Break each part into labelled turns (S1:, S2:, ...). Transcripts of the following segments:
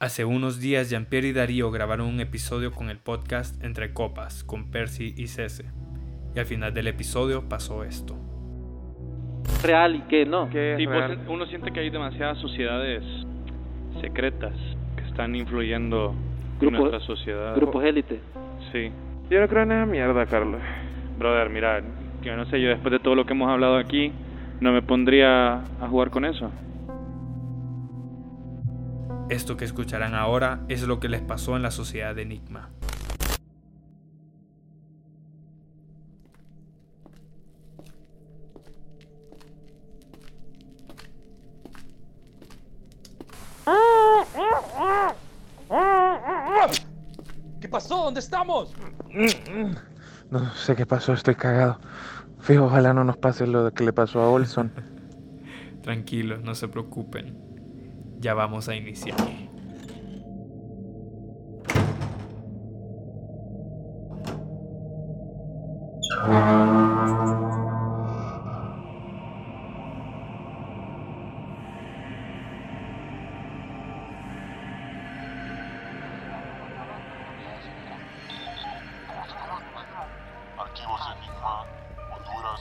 S1: Hace unos días Jean-Pierre y Darío grabaron un episodio con el podcast Entre Copas con Percy y Cese. Y al final del episodio pasó esto.
S2: Real y que no.
S3: ¿Qué es real? pues, uno siente que hay demasiadas sociedades secretas que están influyendo
S2: Grupo-
S3: nuestra sociedad.
S2: Grupos
S4: Ah,
S2: élite.
S3: Sí.
S5: Yo no creo en esa mierda, Carlos.
S3: Brother, mira, yo no sé, yo después de todo lo que hemos hablado aquí, no me pondría a jugar con eso.
S1: Esto que escucharán ahora es lo que les pasó en la sociedad de Enigma.
S6: ¿Qué pasó? ¿Dónde estamos?
S5: No sé qué pasó, estoy cagado. Fijo, ojalá no nos pase lo de que le pasó a Olson.
S1: Tranquilos, no se preocupen. Ya vamos a iniciar.
S7: Archivos Enigma, Honduras.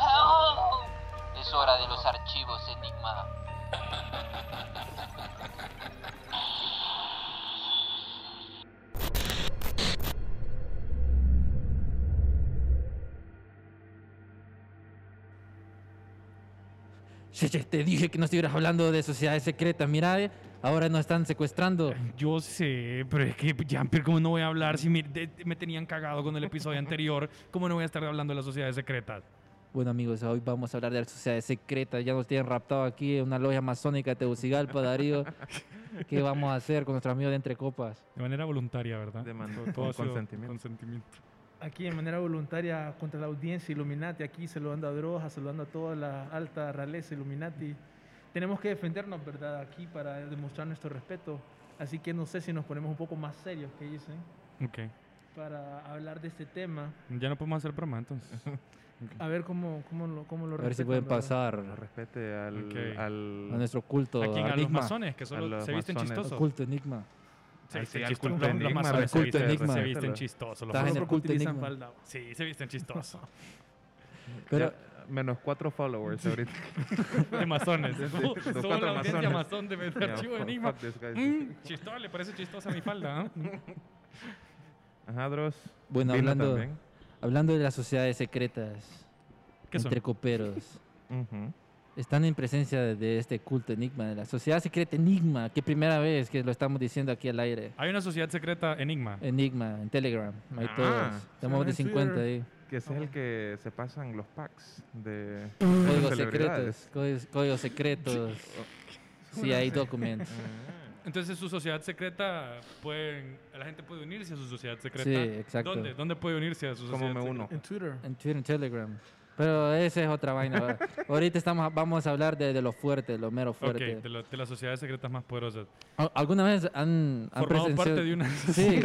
S6: Oh. Es hora de los archivos Enigma.
S8: Che, che, te dije que no estuvieras hablando de sociedades secretas, mira, eh, ahora nos están secuestrando.
S4: Yo sé, pero es que, Jamper, ¿cómo no voy a hablar si me, de- me tenían cagado con el episodio anterior? ¿Cómo no voy a estar hablando de las sociedades secretas?
S8: Bueno amigos, hoy vamos a hablar de las sociedades secretas, ya nos tienen raptado aquí en una logia masónica de Tegucigalpa, Darío. ¿Qué vamos a hacer con nuestro amigo de Entre Copas?
S4: De manera voluntaria, ¿verdad?
S5: De man-
S4: Todo-
S5: con
S4: todo ha sido
S5: consentimiento.
S4: consentimiento.
S9: aquí de manera voluntaria contra la audiencia Illuminati, aquí saludando a Droga, saludando a toda la alta realeza Illuminati. Tenemos que defendernos, ¿verdad? Aquí para demostrar nuestro respeto. Así que no sé si nos ponemos un poco más serios, ¿qué dicen?
S4: Ok.
S9: Para hablar de este tema,
S4: Ya no podemos hacer broma, entonces.
S9: a ver cómo, cómo lo, cómo lo
S8: A ver si
S9: respetan,
S8: pueden
S9: ¿verdad?
S5: No
S8: pasar
S5: respete al.
S4: Ok.
S8: a
S5: al
S8: nuestro culto
S4: ¿A quién? A los
S8: enigma.
S4: masones, que solo
S5: los
S4: se visten
S5: masones.
S8: Al
S4: chistosos.
S8: culto enigma.
S4: Sí,
S5: Al-
S4: sí,
S5: al
S4: chistoso.
S5: culto
S4: Los- los
S5: enigma,
S4: masones se
S8: al culto
S4: visten-
S8: enigma.
S4: se visten chistosos. los
S8: Estás en
S9: Solo
S8: el
S4: masones.
S9: porque
S8: culto
S9: utilizan
S8: enigma.
S9: falda.
S4: Sí, se visten chistosos.
S8: Pero,
S5: Ya, menos cuatro followers ahorita.
S4: De masones.
S5: Sí, sí,
S4: Somos-
S5: los
S4: Somos
S5: cuatro
S4: la audiencia
S5: masones.
S4: masón de
S5: Ya,
S4: Archivo
S5: fuck-
S4: Enigma.
S5: fuck this guy.
S4: Mm, chistoso, le parece chistosa mi falda, ¿eh? ¿no?
S5: Ajá, Dross.
S8: bueno,
S5: Vino
S8: hablando,
S5: también.
S8: hablando de las sociedades secretas,
S4: ¿Qué son?
S8: Entre Coperos.
S5: Ujú.
S8: Están en presencia de, de este culto enigma, de la sociedad secreta enigma, que primera vez que lo estamos diciendo aquí al aire.
S4: Hay una sociedad secreta Enigma.
S8: Enigma, en Telegram, ahí
S5: Ah,
S8: todos. Estamos
S9: en
S8: de 50
S9: Twitter.
S8: ahí.
S5: Que ese es el que se pasan los packs de.
S8: Códigos
S5: celebridades.
S8: secretos, códigos, códigos secretos. Sí, hay documentos.
S4: Entonces su sociedad secreta pueden la gente puede unirse a su sociedad secreta.
S8: Sí, exacto.
S4: ¿Dónde? ¿Dónde puede unirse a su
S5: ¿Cómo
S4: sociedad
S5: me uno?
S9: En Twitter.
S8: En Twitter, en Telegram. Pero esa es otra vaina. ahora. Ahorita estamos, a- vamos a hablar de, de lo fuerte, lo mero fuerte.
S4: secreta? Ok, de, la- de las sociedades secretas más poderosas.
S8: Al- ¿Alguna vez han, han
S4: Formado parte
S8: presenciado-
S4: de una
S8: Sí.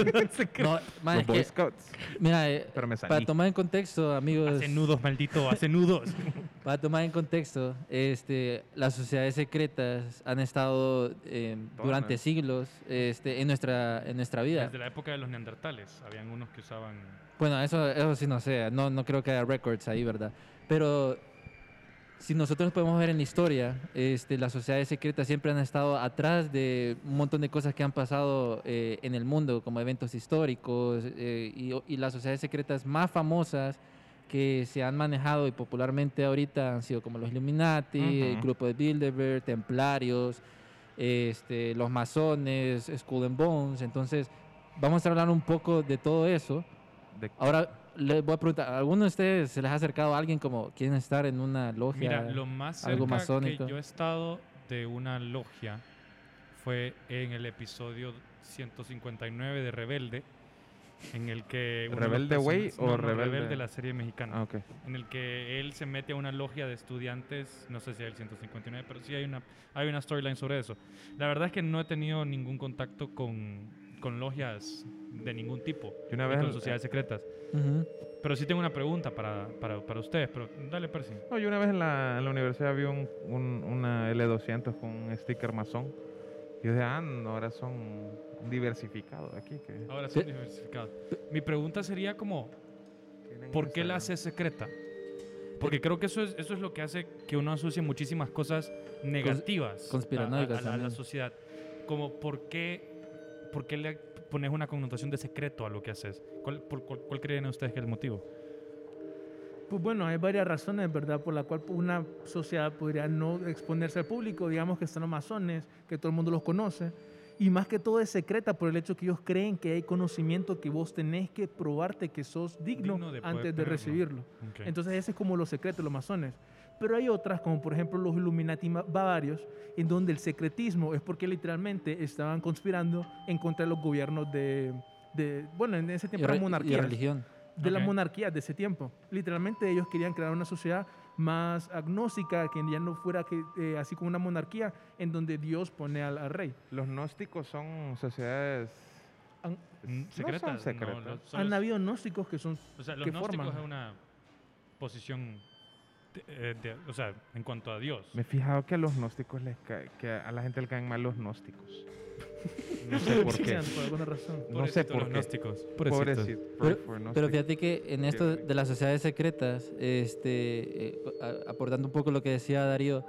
S8: No, man,
S5: Los
S8: es
S5: Boy
S8: que-
S5: Scouts.
S8: mira, eh,
S5: Pero me
S8: para
S5: salí.
S8: tomar en contexto, amigos.
S4: Hace nudos, maldito, hace nudos.
S8: Para tomar en contexto, este, las sociedades secretas han estado eh, durante
S5: Todas.
S8: siglos este, en, nuestra, en nuestra vida.
S4: Desde la época de los neandertales habían unos que usaban
S8: Bueno, eso, eso sí no sé, no, no creo que haya records ahí, ¿verdad? Pero si nosotros podemos ver en la historia, este, las sociedades secretas siempre han estado atrás de un montón de cosas que han pasado eh, en el mundo, como eventos históricos, eh, y, o- y las sociedades secretas más famosas que se han manejado y popularmente ahorita han sido como los Illuminati, el
S5: Ujú.
S8: grupo de Bilderberg, Templarios, este, los masones, Skull and Bones. Entonces, vamos a hablar un poco de todo eso.
S5: De-
S8: Ahora les voy a preguntar, ¿a ¿alguno de ustedes se les ha acercado a alguien como quieren estar en una logia?
S4: Mira, lo más cerca
S8: algo masónico.
S4: que yo he estado de una logia fue en el episodio 159 de Rebelde, en el que... uno de los
S5: ¿Rebelde güey
S4: personas- no,
S5: o
S4: no,
S5: rebelde?
S4: de la serie mexicana.
S5: Ah, ok.
S4: En el que él se mete a una logia de estudiantes, no sé si hay el 159, pero sí hay una, hay una storyline sobre eso. La verdad es que no he tenido ningún contacto con, con logias de ningún tipo,
S5: Y una
S4: ni
S5: vez-
S4: con sociedades secretas.
S8: Ujú.
S4: Pero sí tengo una pregunta para, para, para ustedes, pero dale, Percy.
S5: No, yo una vez en la, en la universidad vi un, un- una L200 con un sticker masón. Y yo dije, ah, no, ahora son diversificados aquí. Que
S4: Ahora son
S8: Sí.
S4: diversificados. Mi pregunta sería como, ¿por qué la hace secreta? Porque creo que eso es, eso es lo que hace que uno asocie muchísimas cosas negativas a-
S8: conspiranoicas
S4: a, a la
S8: también.
S4: sociedad. Como, ¿por qué, por qué le pones una connotación de secreto a lo que haces? ¿Cuál, por- cuál- cuál creen ustedes que es el motivo?
S9: Pues bueno, hay varias razones, ¿verdad?, por la cual una sociedad podría no exponerse al público. Digamos que están los masones, que todo el mundo los conoce. Y más que todo es secreta por el hecho que ellos creen que hay conocimiento que vos tenés que probarte que sos digno,
S4: Digno de poder
S9: antes de
S4: tenerlo.
S9: recibirlo.
S4: Ok.
S9: Entonces ese es como los secretos, los masones. Pero hay otras, como por ejemplo los Illuminati ma- bavarios, en donde el secretismo es porque literalmente estaban conspirando en contra de los gobiernos de... de- bueno, en ese
S8: Y
S9: tiempo era
S8: re- Y
S9: monarquía
S8: religión.
S9: de las
S4: Ok.
S9: monarquías de ese tiempo. Literalmente ellos querían crear una sociedad más agnóstica, que ya no fuera que, eh, así como una monarquía en donde Dios pone al, al rey.
S5: Los gnósticos son sociedades.
S9: Han,
S4: Mm,
S5: No son
S4: ¿Secretas?
S5: secretas.
S4: los- son
S9: han
S4: los-
S9: habido gnósticos que son...
S4: O sea, los
S9: que
S4: gnósticos
S9: forman.
S4: es una posición, de- eh, de- o sea, en cuanto a Dios.
S5: Me he fijado que a los gnósticos les cae- que a la gente le caen mal los gnósticos. No sé por qué.
S9: por alguna razón.
S5: No
S4: Pobrecitos
S5: sé por
S4: los
S5: qué.
S4: gnósticos. Pobrecitos.
S5: Pobrecito. pray
S8: Pero-
S5: for
S8: Pero
S5: gnósticos.
S8: fíjate que en esto
S5: rico.
S8: de las sociedades secretas, este, eh, a- aportando un poco lo que decía Darío,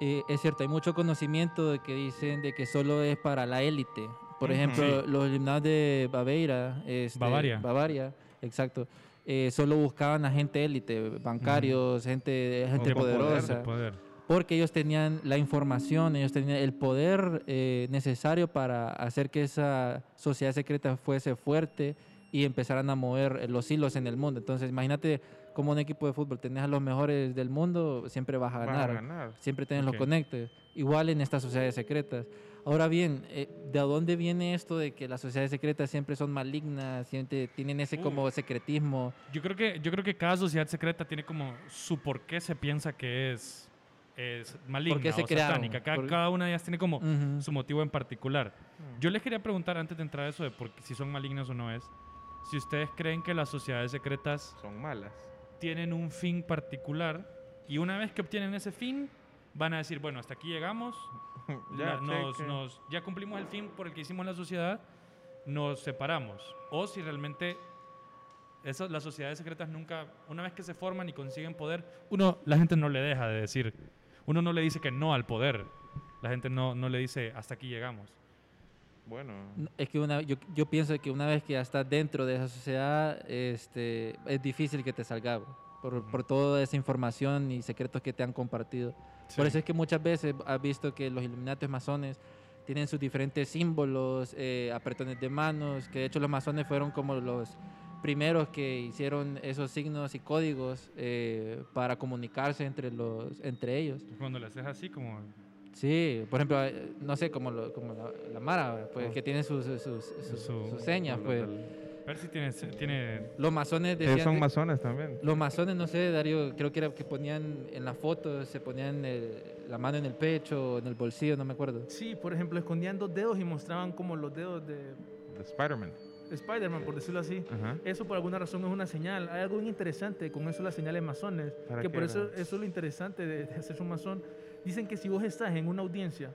S8: eh, es cierto, hay mucho conocimiento de que dicen de que solo es para la élite. Por
S4: Ujú.
S8: ejemplo, los gimnasios de Baviera, este,
S4: Bavaria.
S8: Bavaria, exacto. eh, solo buscaban a gente élite, bancarios, gente,
S4: O
S8: gente
S4: con poder,
S8: poderosa,
S4: de poder.
S8: porque ellos tenían la información, ellos tenían el poder eh, necesario para hacer que esa sociedad secreta fuese fuerte y empezaran a mover eh, los hilos en el mundo. Entonces, imagínate como un equipo de fútbol, tenés a los mejores del mundo, siempre vas a
S5: Van
S8: ganar,
S5: a ganar.
S8: siempre tenés
S4: Ok.
S8: los conectes. Igual en estas sociedades secretas. Ahora bien, eh, ¿de dónde viene esto de que las sociedades secretas siempre son malignas, siempre tienen ese
S4: Uh.
S8: como secretismo?
S4: Yo creo que yo creo que cada sociedad secreta tiene como su por qué se piensa que es es maligna
S8: qué Mm. se
S4: o
S8: crearon?
S4: satánica. Cada,
S8: ¿Por-
S4: cada una de ellas tiene como
S8: Ujú.
S4: su motivo en particular. Yo les quería preguntar antes de entrar a eso de por qué- si son malignas o no es, si ustedes creen que las sociedades secretas
S5: Son malas.
S4: tienen un fin particular y una vez que obtienen ese fin van a decir, bueno, hasta aquí llegamos,
S5: Ya,
S4: la-
S5: sé
S4: nos,
S5: que-
S4: nos- ya cumplimos el fin por el que hicimos la sociedad, nos separamos. O si realmente esas, las sociedades secretas nunca, una vez que se forman y consiguen poder, uno, la gente no le deja de decir, uno no le dice que no al poder, la gente no, no le dice hasta aquí llegamos.
S5: Bueno.
S8: No, Es que una, yo, yo pienso que una vez que ya estás dentro de esa sociedad, este, es difícil que te salga güey, por, por toda esa información y secretos que te han compartido. Por eso es que muchas veces has visto que los iluminatos masones tienen sus diferentes símbolos, eh, apretones de manos, que de hecho los masones fueron como los primeros que hicieron esos signos y códigos eh, para comunicarse entre, los, entre ellos.
S4: Cuando le haces así como...
S8: Sí, por ejemplo, eh, no sé, como, lo- como la, la Mara, pues, que tiene sus, sus, sus, sus-
S4: Su-
S8: sus señas,
S5: los
S8: pues.
S5: del-
S4: Percy tiene... tiene
S8: Los masones
S5: Ellos
S8: decían
S5: son
S8: de-
S5: masones también.
S8: los masones, no sé, Darío, creo que era que ponían en las fotos, se ponían el- la mano en el pecho, o en el bolsillo, no me acuerdo.
S9: Sí, por ejemplo, escondían dos dedos y mostraban como los dedos de
S5: De Spider-Man.
S9: Spider-Man, por decirlo así.
S5: Ajá.
S9: Eso por alguna razón es una señal. Hay algo bien interesante con eso las señales masones,
S5: ¿Para
S9: que
S5: qué
S9: por eso,
S5: era?
S9: eso es lo interesante de, de hacerse un masón. Dicen que si vos estás en una audiencia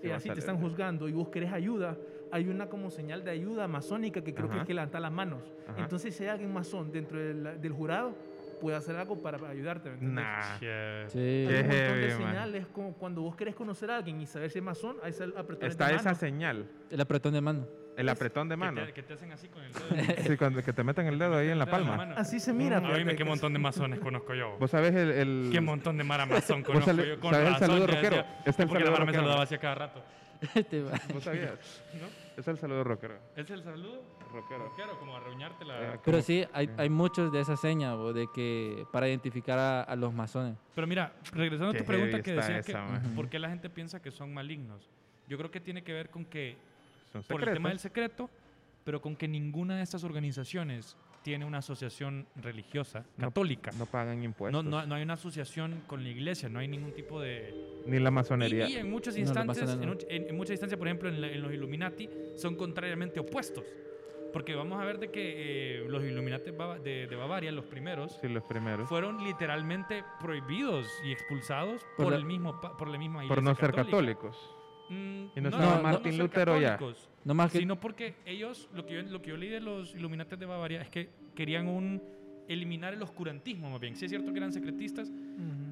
S5: Sí
S9: y
S5: va a
S9: así te
S5: salir.
S9: están juzgando y vos querés ayuda, hay una como señal de ayuda masónica que creo que
S5: Ajá.
S9: es que levantar las manos.
S5: Ajá.
S9: Entonces, si hay alguien masón dentro de la- del jurado, puede hacer algo para para ayudarte. ¿me entendés?
S5: Nah.
S4: eh, que-
S8: Sí.
S9: Hay un
S5: Qué
S9: montón de
S5: heavy, man.
S9: señales como cuando vos querés conocer a alguien y saber si es masón, ahí sale apretón
S5: Está esa señal.
S8: El apretón de mano.
S5: El apretón de
S4: que,
S5: mano.
S4: te, que te hacen así con el dedo.
S5: Sí, cuando que te meten el dedo ahí en la palma.
S9: Así se mira.
S4: A
S9: fíjate,
S4: qué
S9: que-
S4: montón de masones conozco yo.
S5: Vos sabés el. el-
S4: Qué montón de maramazón conozco
S5: Pues sale-
S4: yo. Con
S5: sabes el
S4: razón,
S5: saludo
S4: ya
S5: rockero?
S4: decía,
S5: Está el
S4: porque la mara
S5: saludo
S4: me
S5: rockero.
S4: saludaba hacia cada rato.
S8: Este va.
S5: ¿Vos sabías?
S4: ¿No?
S5: Es el saludo rockero.
S4: ¿Es el saludo
S5: Rockero.
S4: rockero? Como arruñarte
S5: Eh,
S4: la...
S8: Pero
S5: como-
S8: sí, hay, hay muchos de esas señas, bo, de que para identificar a, a los masones.
S4: Pero mira, regresando a
S5: Qué
S4: tu pregunta
S5: heavy
S4: que
S5: está
S4: decías que
S5: esa, man.
S4: por qué la gente piensa que son malignos. Yo creo que tiene que ver con que,
S5: Son
S4: por el tema del
S5: secretos.
S4: secreto, pero con que ninguna de estas organizaciones tiene una asociación religiosa
S5: No-
S4: católica.
S5: No, pues, pagan
S4: No,
S5: impuestos.
S4: no, no hay una asociación con la iglesia, no hay ningún tipo de...
S5: Ni la masonería.
S4: Y, y en muchos
S8: No, la
S4: instantes,
S8: masonería
S4: en,
S8: no.
S4: un- en- en muchas instancias, por ejemplo, en, la- en los Illuminati, son contrariamente opuestos. Porque vamos a ver de que eh, los Illuminati bava- de, de Bavaria, los primeros,
S5: Sí, los primeros.
S4: fueron literalmente prohibidos y expulsados por,
S8: Por la-
S4: el mismo, pa- por la misma iglesia
S5: Por no ser
S4: católica.
S5: católicos.
S4: Mm,
S5: Y no estaba Martin
S4: ser
S5: Lutero ya.
S4: católicos,
S8: No
S5: Ah,
S8: más que
S4: Sino porque ellos, lo que, yo, lo que yo leí de los Illuminates de Bavaria es que querían un, eliminar el oscurantismo, más bien. Sí es cierto que eran secretistas,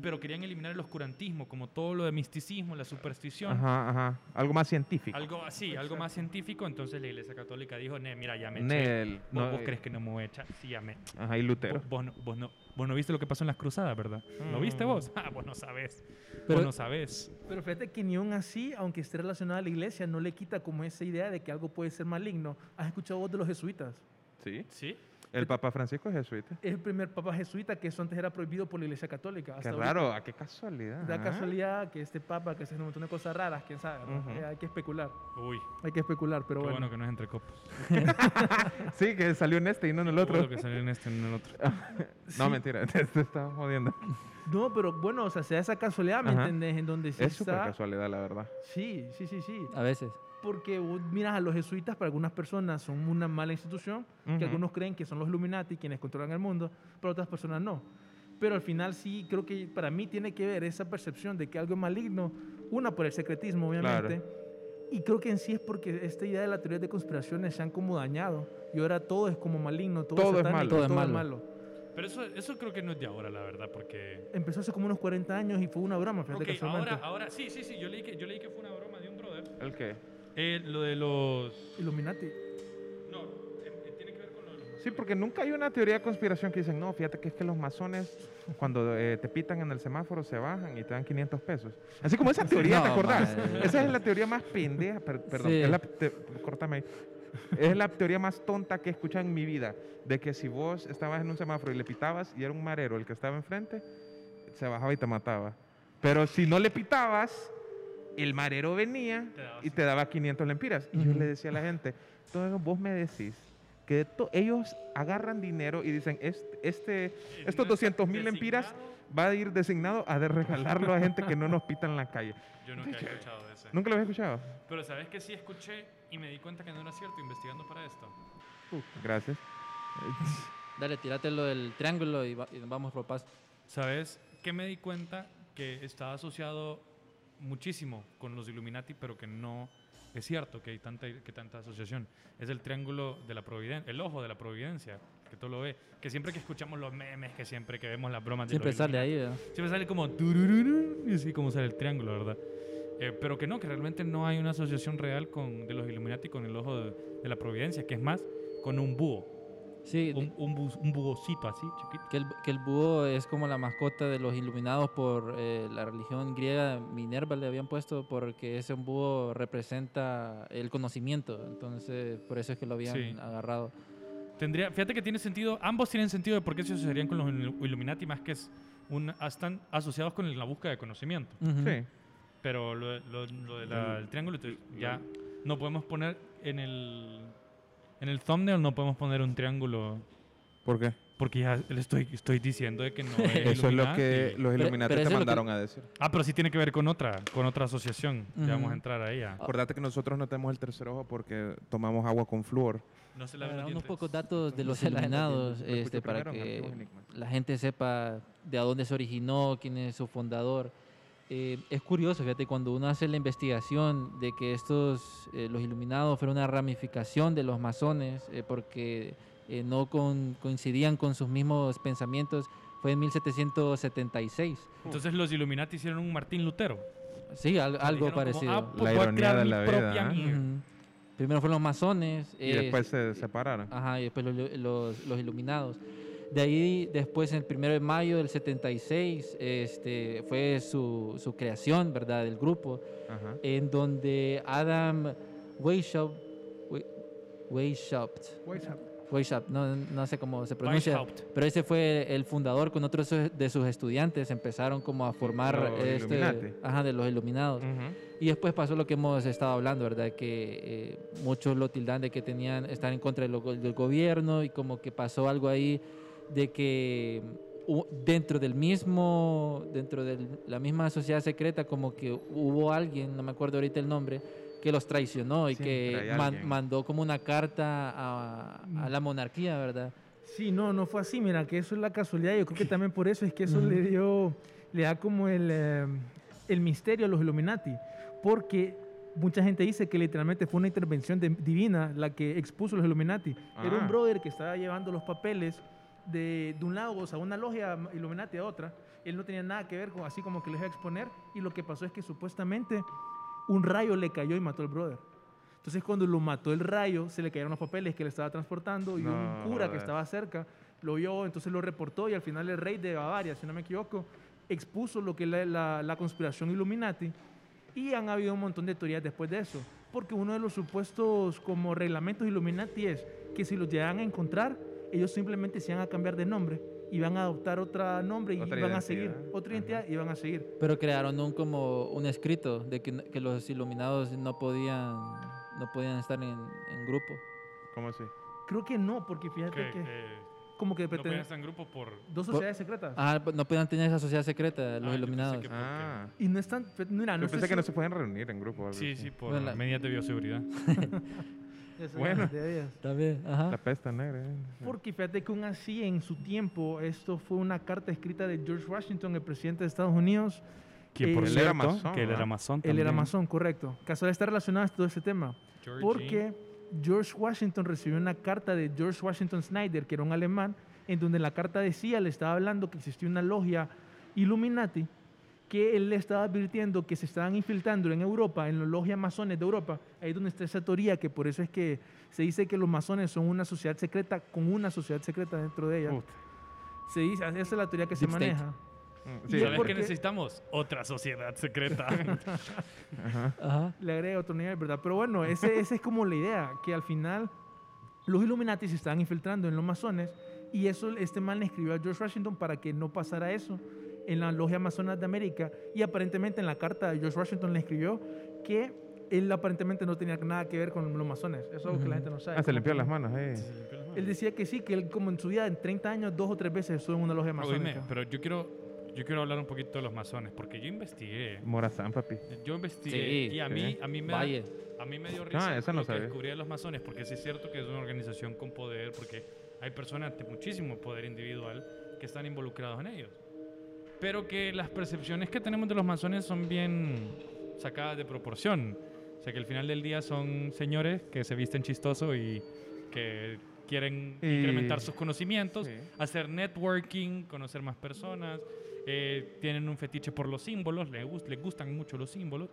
S4: pero querían eliminar el oscurantismo, como todo lo de misticismo, la superstición.
S5: Ajá, ajá. Algo más científico.
S4: Algo así, algo más científico. Entonces la iglesia católica dijo, "Ne, mira, ya me eché.
S5: Nel.
S4: ¿Vos,
S5: no,
S4: vos
S5: eh,
S4: crees que no me voy a echar? Sí, ya me...
S5: Ajá, y Lutero.
S4: Vos, vos no, vos, no, vos no viste lo que pasó en las cruzadas, ¿verdad? ¿Lo viste
S5: Mm.
S4: vos? Ah, vos no sabés.
S8: Pero-
S4: vos no sabés.
S9: Pero fíjate que ni aun así, aunque esté relacionada a la iglesia, no le quita como esa idea de que algo puede ser maligno. ¿Has escuchado vos de los jesuitas?
S5: Sí.
S4: ¿Sí?
S5: El Papa Francisco es jesuita.
S9: Es el primer papa jesuita que eso antes era prohibido por la iglesia católica.
S5: Qué
S9: Hasta ahorita.
S5: raro, ah, qué casualidad.
S9: Da
S5: ah.
S9: casualidad que este papa que hace un montón de cosas raras, quién sabe. ¿no?
S5: Ujú.
S9: Eh, hay que especular,
S4: Uy,
S9: hay que especular,
S4: qué
S9: pero
S4: bueno.
S9: bueno.
S4: que no es entre copas.
S5: Sí, que salió en este y no en el
S4: Qué bueno
S5: otro.
S4: que salió en este, en el otro.
S5: No, mentira, te estaba jodiendo.
S9: No, pero bueno, o sea, se da esa casualidad, ¿me
S5: Ajá.
S9: entendés? En donde sí
S5: Es súper
S9: está-
S5: casualidad, la verdad.
S9: Sí, sí, sí, sí.
S8: a veces.
S9: Porque vos miras a los jesuitas, para algunas personas son una mala institución, que
S5: Ujú.
S9: algunos creen que son los Illuminati quienes controlan el mundo, pero otras personas no. Pero al final sí, creo que para mí tiene que ver esa percepción de que algo es maligno, una por el secretismo, obviamente, y creo que en sí es porque esta idea de la teoría de conspiraciones se han como dañado, y ahora todo es como maligno, todo,
S5: Todo es
S9: satánico,
S5: malo.
S9: todo, es malo.
S4: Pero eso, eso creo que no es de ahora, la verdad, porque...
S9: Empezó hace como unos 40 años y fue una broma, fíjate
S4: Ok,
S9: casualmente.
S4: ahora, ah. ahora, sí, sí, sí, yo leí que, yo leí que fue una broma de un brother.
S5: ¿El qué?
S4: Eh, lo de los...
S9: Illuminati.
S4: No, eh, eh, tiene que ver con lo de los...
S5: Sí, porque nunca hay una teoría de conspiración que dicen, no, fíjate que es que los masones cuando eh, te pitan en el semáforo se bajan y te dan 500 pesos. Así como esa teoría, ¿te
S8: No,
S5: acordás?
S8: madre.
S5: Esa es la teoría más pendeja, per- perdón,
S8: Sí.
S5: es la, te- córtame ahí. Es la teoría más tonta que he escuchado en mi vida, de que si vos estabas en un semáforo y le pitabas y era un marero el que estaba enfrente, se bajaba y te mataba. Pero si no le pitabas, el marero venía
S4: Te daba
S5: y te daba 500 lempiras. Y yo
S8: Ujú.
S5: le decía a la gente, entonces vos me decís que de to- ellos agarran dinero y dicen, este, este estos 200 mil lempiras va a ir designado a de regalarlo a gente que no nos pita en la calle.
S4: Yo nunca he escuchado de ese.
S5: Nunca lo había escuchado.
S4: Pero sabes que sí escuché y me di cuenta que no era cierto investigando para esto.
S5: Gracias.
S8: Dale, tirate lo del triángulo y, va- y vamos por paso.
S4: ¿Sabes que me di cuenta que estaba asociado muchísimo con los Illuminati, pero que no es cierto que hay tanta, que tanta asociación? Es el triángulo de la providencia, el ojo de la providencia, que todo lo ve. Que siempre que escuchamos los memes, que siempre que vemos las bromas de
S8: Siempre
S4: los
S8: sale ahí, ¿verdad?
S4: Siempre sale como turururu, y así como sale el triángulo, ¿verdad? Eh, pero que no, que realmente no hay una asociación real con, de los Illuminati con el ojo de, de la providencia, que es más, con un búho.
S8: Sí,
S4: Un, un, bu- un búhocito así, chiquito.
S8: que el, que el búho es como la mascota de los iluminados por eh, la religión griega. Minerva le habían puesto porque ese búho representa el conocimiento. Entonces, por eso es que lo habían
S4: Sí.
S8: agarrado.
S4: Tendría, fíjate que tiene sentido, ambos tienen sentido de por qué se asociarían con los Ilu- Illuminati, más que es un, están asociados con la búsqueda de conocimiento.
S8: Ujú.
S5: Sí.
S4: Pero lo, de- lo- lo del triángulo, entonces, ya no podemos poner en el, en el thumbnail, no podemos poner un triángulo
S5: ¿Por qué?
S4: Porque ya le estoy, estoy diciendo de que no es
S5: Eso es lo que
S4: Illuminati.
S5: los
S8: Pero-
S5: Illuminati
S8: pero eso
S5: te
S8: es lo que-
S5: mandaron a decir.
S4: Ah, pero sí tiene que ver con otra, con otra asociación.
S8: Ujú.
S4: Ya vamos a entrar a
S8: Oh.
S4: ella.
S8: Ah,
S5: Acordate que nosotros no tenemos el tercer ojo porque tomamos agua con flúor.
S4: No se
S8: Para unos pocos datos de los iluminados este, para que la gente sepa de a dónde se originó, quién es su fundador. Eh, es curioso, fíjate, cuando uno hace la investigación de que estos, eh, los iluminados, fueron una ramificación de los masones, eh, porque eh, no con- coincidían con sus mismos pensamientos, fue en 1776.
S4: Entonces los Illuminati hicieron un Martín Lutero.
S8: Sí, al- algo
S4: Dijeron como, "Ah,
S8: parecido.
S4: pues voy
S5: La
S4: a
S5: ironía
S4: crear
S5: de
S4: mi
S5: la
S4: propia
S5: vida, ¿eh?
S4: mierda".
S8: Ujú. Primero fueron los masones.
S5: Y
S8: eh,
S5: después se separaron.
S8: Ajá, y después lo- lo- los, los iluminados. De ahí, después, el primero de mayo del 76, este, fue su, su creación, ¿verdad?, del grupo,
S5: Ajá.
S8: en donde Adam Weishaupt, We- Weishaupt,
S9: WhatsApp.
S8: Weishaupt, no, no sé cómo se pronuncia,
S4: Weishaupt.
S8: pero ese fue el fundador con otros de sus estudiantes, empezaron como a formar
S5: Los
S8: este,
S5: Illuminati.
S8: ajá, de los iluminados. Y después pasó lo que hemos estado hablando, ¿verdad? Que eh, muchos lo tildan de que tenían, estar en contra de lo- del gobierno y como que pasó algo ahí de que hu- dentro del mismo, dentro de la misma sociedad secreta, como que hubo alguien, no me acuerdo ahorita el nombre, que los traicionó y
S5: hay
S8: que man-
S5: alguien. Mm.
S8: mandó como una carta a, a la monarquía, ¿verdad?
S9: Sí, no, no fue así. Mira, que eso es la casualidad. Yo creo que también por eso es que eso le dio, le da como el, eh, el misterio a los Illuminati. Porque mucha gente dice que literalmente fue una intervención de- divina la que expuso a los Illuminati. Era
S5: Ah.
S9: un brother que estaba llevando los papeles de, de un lado, o sea, una logia Illuminati a otra. Él no tenía nada que ver con así como que les iba a exponer. Y lo que pasó es que supuestamente un rayo le cayó y mató al brother. Entonces cuando lo mató el rayo, se le cayeron los papeles que le estaba transportando y un
S5: No,
S9: cura que
S5: joder.
S9: estaba cerca lo vio, entonces lo reportó y al final el rey de Bavaria, si no me equivoco, expuso lo que es la, la- la conspiración Illuminati y han habido un montón de teorías después de eso, porque uno de los supuestos como reglamentos Illuminati es que si los llegan a encontrar, ellos simplemente se van a cambiar de nombre y van a adoptar otro nombre y
S5: Otra
S9: van a seguir,
S5: identidad.
S9: otra identidad y van a seguir.
S8: Pero crearon un, como un escrito de que, n- que los iluminados no podían, no podían estar en, en grupo.
S5: ¿Cómo así?
S9: Creo que no, porque fíjate
S4: Que,
S9: que...
S4: que
S9: como que
S4: no pueden
S9: pertene-
S4: estar en grupo por...
S8: Por-
S9: Dos sociedades secretas.
S8: Ah, no podían tener esa sociedad secreta, los
S4: Ah, yo pensé
S8: iluminados.
S4: que por-
S5: Ah.
S9: Y no están. fe- Mira,
S8: Ah,
S5: Yo
S9: no estoy
S5: pensé que no se
S9: seguro-
S5: pueden reunir en grupo. o algo
S4: Sí,
S5: así.
S4: sí, por
S8: Bueno, la-
S4: medidas de bioseguridad.
S9: Ya se
S5: Bueno.
S9: las debías.
S8: También, ajá.
S5: La pesta negra. eh.
S9: Porque fíjate que aún así, en su tiempo, esto fue una carta escrita de George Washington, el presidente de Estados Unidos.
S4: Que por
S9: Él
S5: era
S4: cierto,
S5: masón,
S4: que él
S5: ¿verdad?
S4: era masón
S9: Él era
S4: también.
S9: masón, correcto. Casual está relacionado a todo este tema.
S4: Georgie.
S9: Porque George Washington recibió una carta de George Washington Snyder, que era un alemán, en donde la carta decía, le estaba hablando que existía una logia Illuminati, que él le estaba advirtiendo que se estaban infiltrando en Europa, en los logias masones de Europa. Ahí es donde está esa teoría, que por eso es que se dice que los masones son una sociedad secreta con una sociedad secreta dentro de ella.
S5: Puta.
S9: Se dice, esa es la teoría que se
S8: Deep state.
S9: maneja.
S5: Mm,
S9: Y
S5: sí,
S9: es
S4: ¿Sabes
S5: sí.
S9: porque-
S4: qué necesitamos? Otra sociedad secreta.
S8: Ajá.
S9: le agrega otro nivel, ¿verdad? Pero bueno, ese, esa es como la idea, que al final los Illuminati se estaban infiltrando en los masones y eso este man le escribió a George Washington para que no pasara eso en la logia amazonas de América y aparentemente en la carta de George Washington le escribió que él aparentemente no tenía nada que ver con los masones. Eso es algo que la gente no sabe.
S5: Ah, se limpió las manos. eh.
S9: Él decía que sí, que él como en su vida en 30 años dos o tres veces estuvo en una logia
S4: Oíme,
S9: masónica.
S4: pero yo quiero, yo quiero hablar un poquito de los masones, porque yo investigué.
S5: Morazán, papi.
S4: Yo investigué
S8: Sí. ¿eh?
S4: y a mí, a mí me da-
S8: Valle.
S4: A mí me dio risa
S5: Ah, esa no
S4: lo que
S5: sabía.
S4: descubrí de los masones, porque sí es cierto que es una organización con poder, porque hay personas de muchísimo poder individual que están involucrados en ellos. Pero que las percepciones que tenemos de los masones son bien sacadas de proporción. O sea, que al final del día son señores que se visten chistoso y que quieren
S5: Y-
S4: incrementar sus conocimientos,
S5: Sí.
S4: hacer networking, conocer más personas, eh, tienen un fetiche por los símbolos, les, gust- les gustan mucho los símbolos,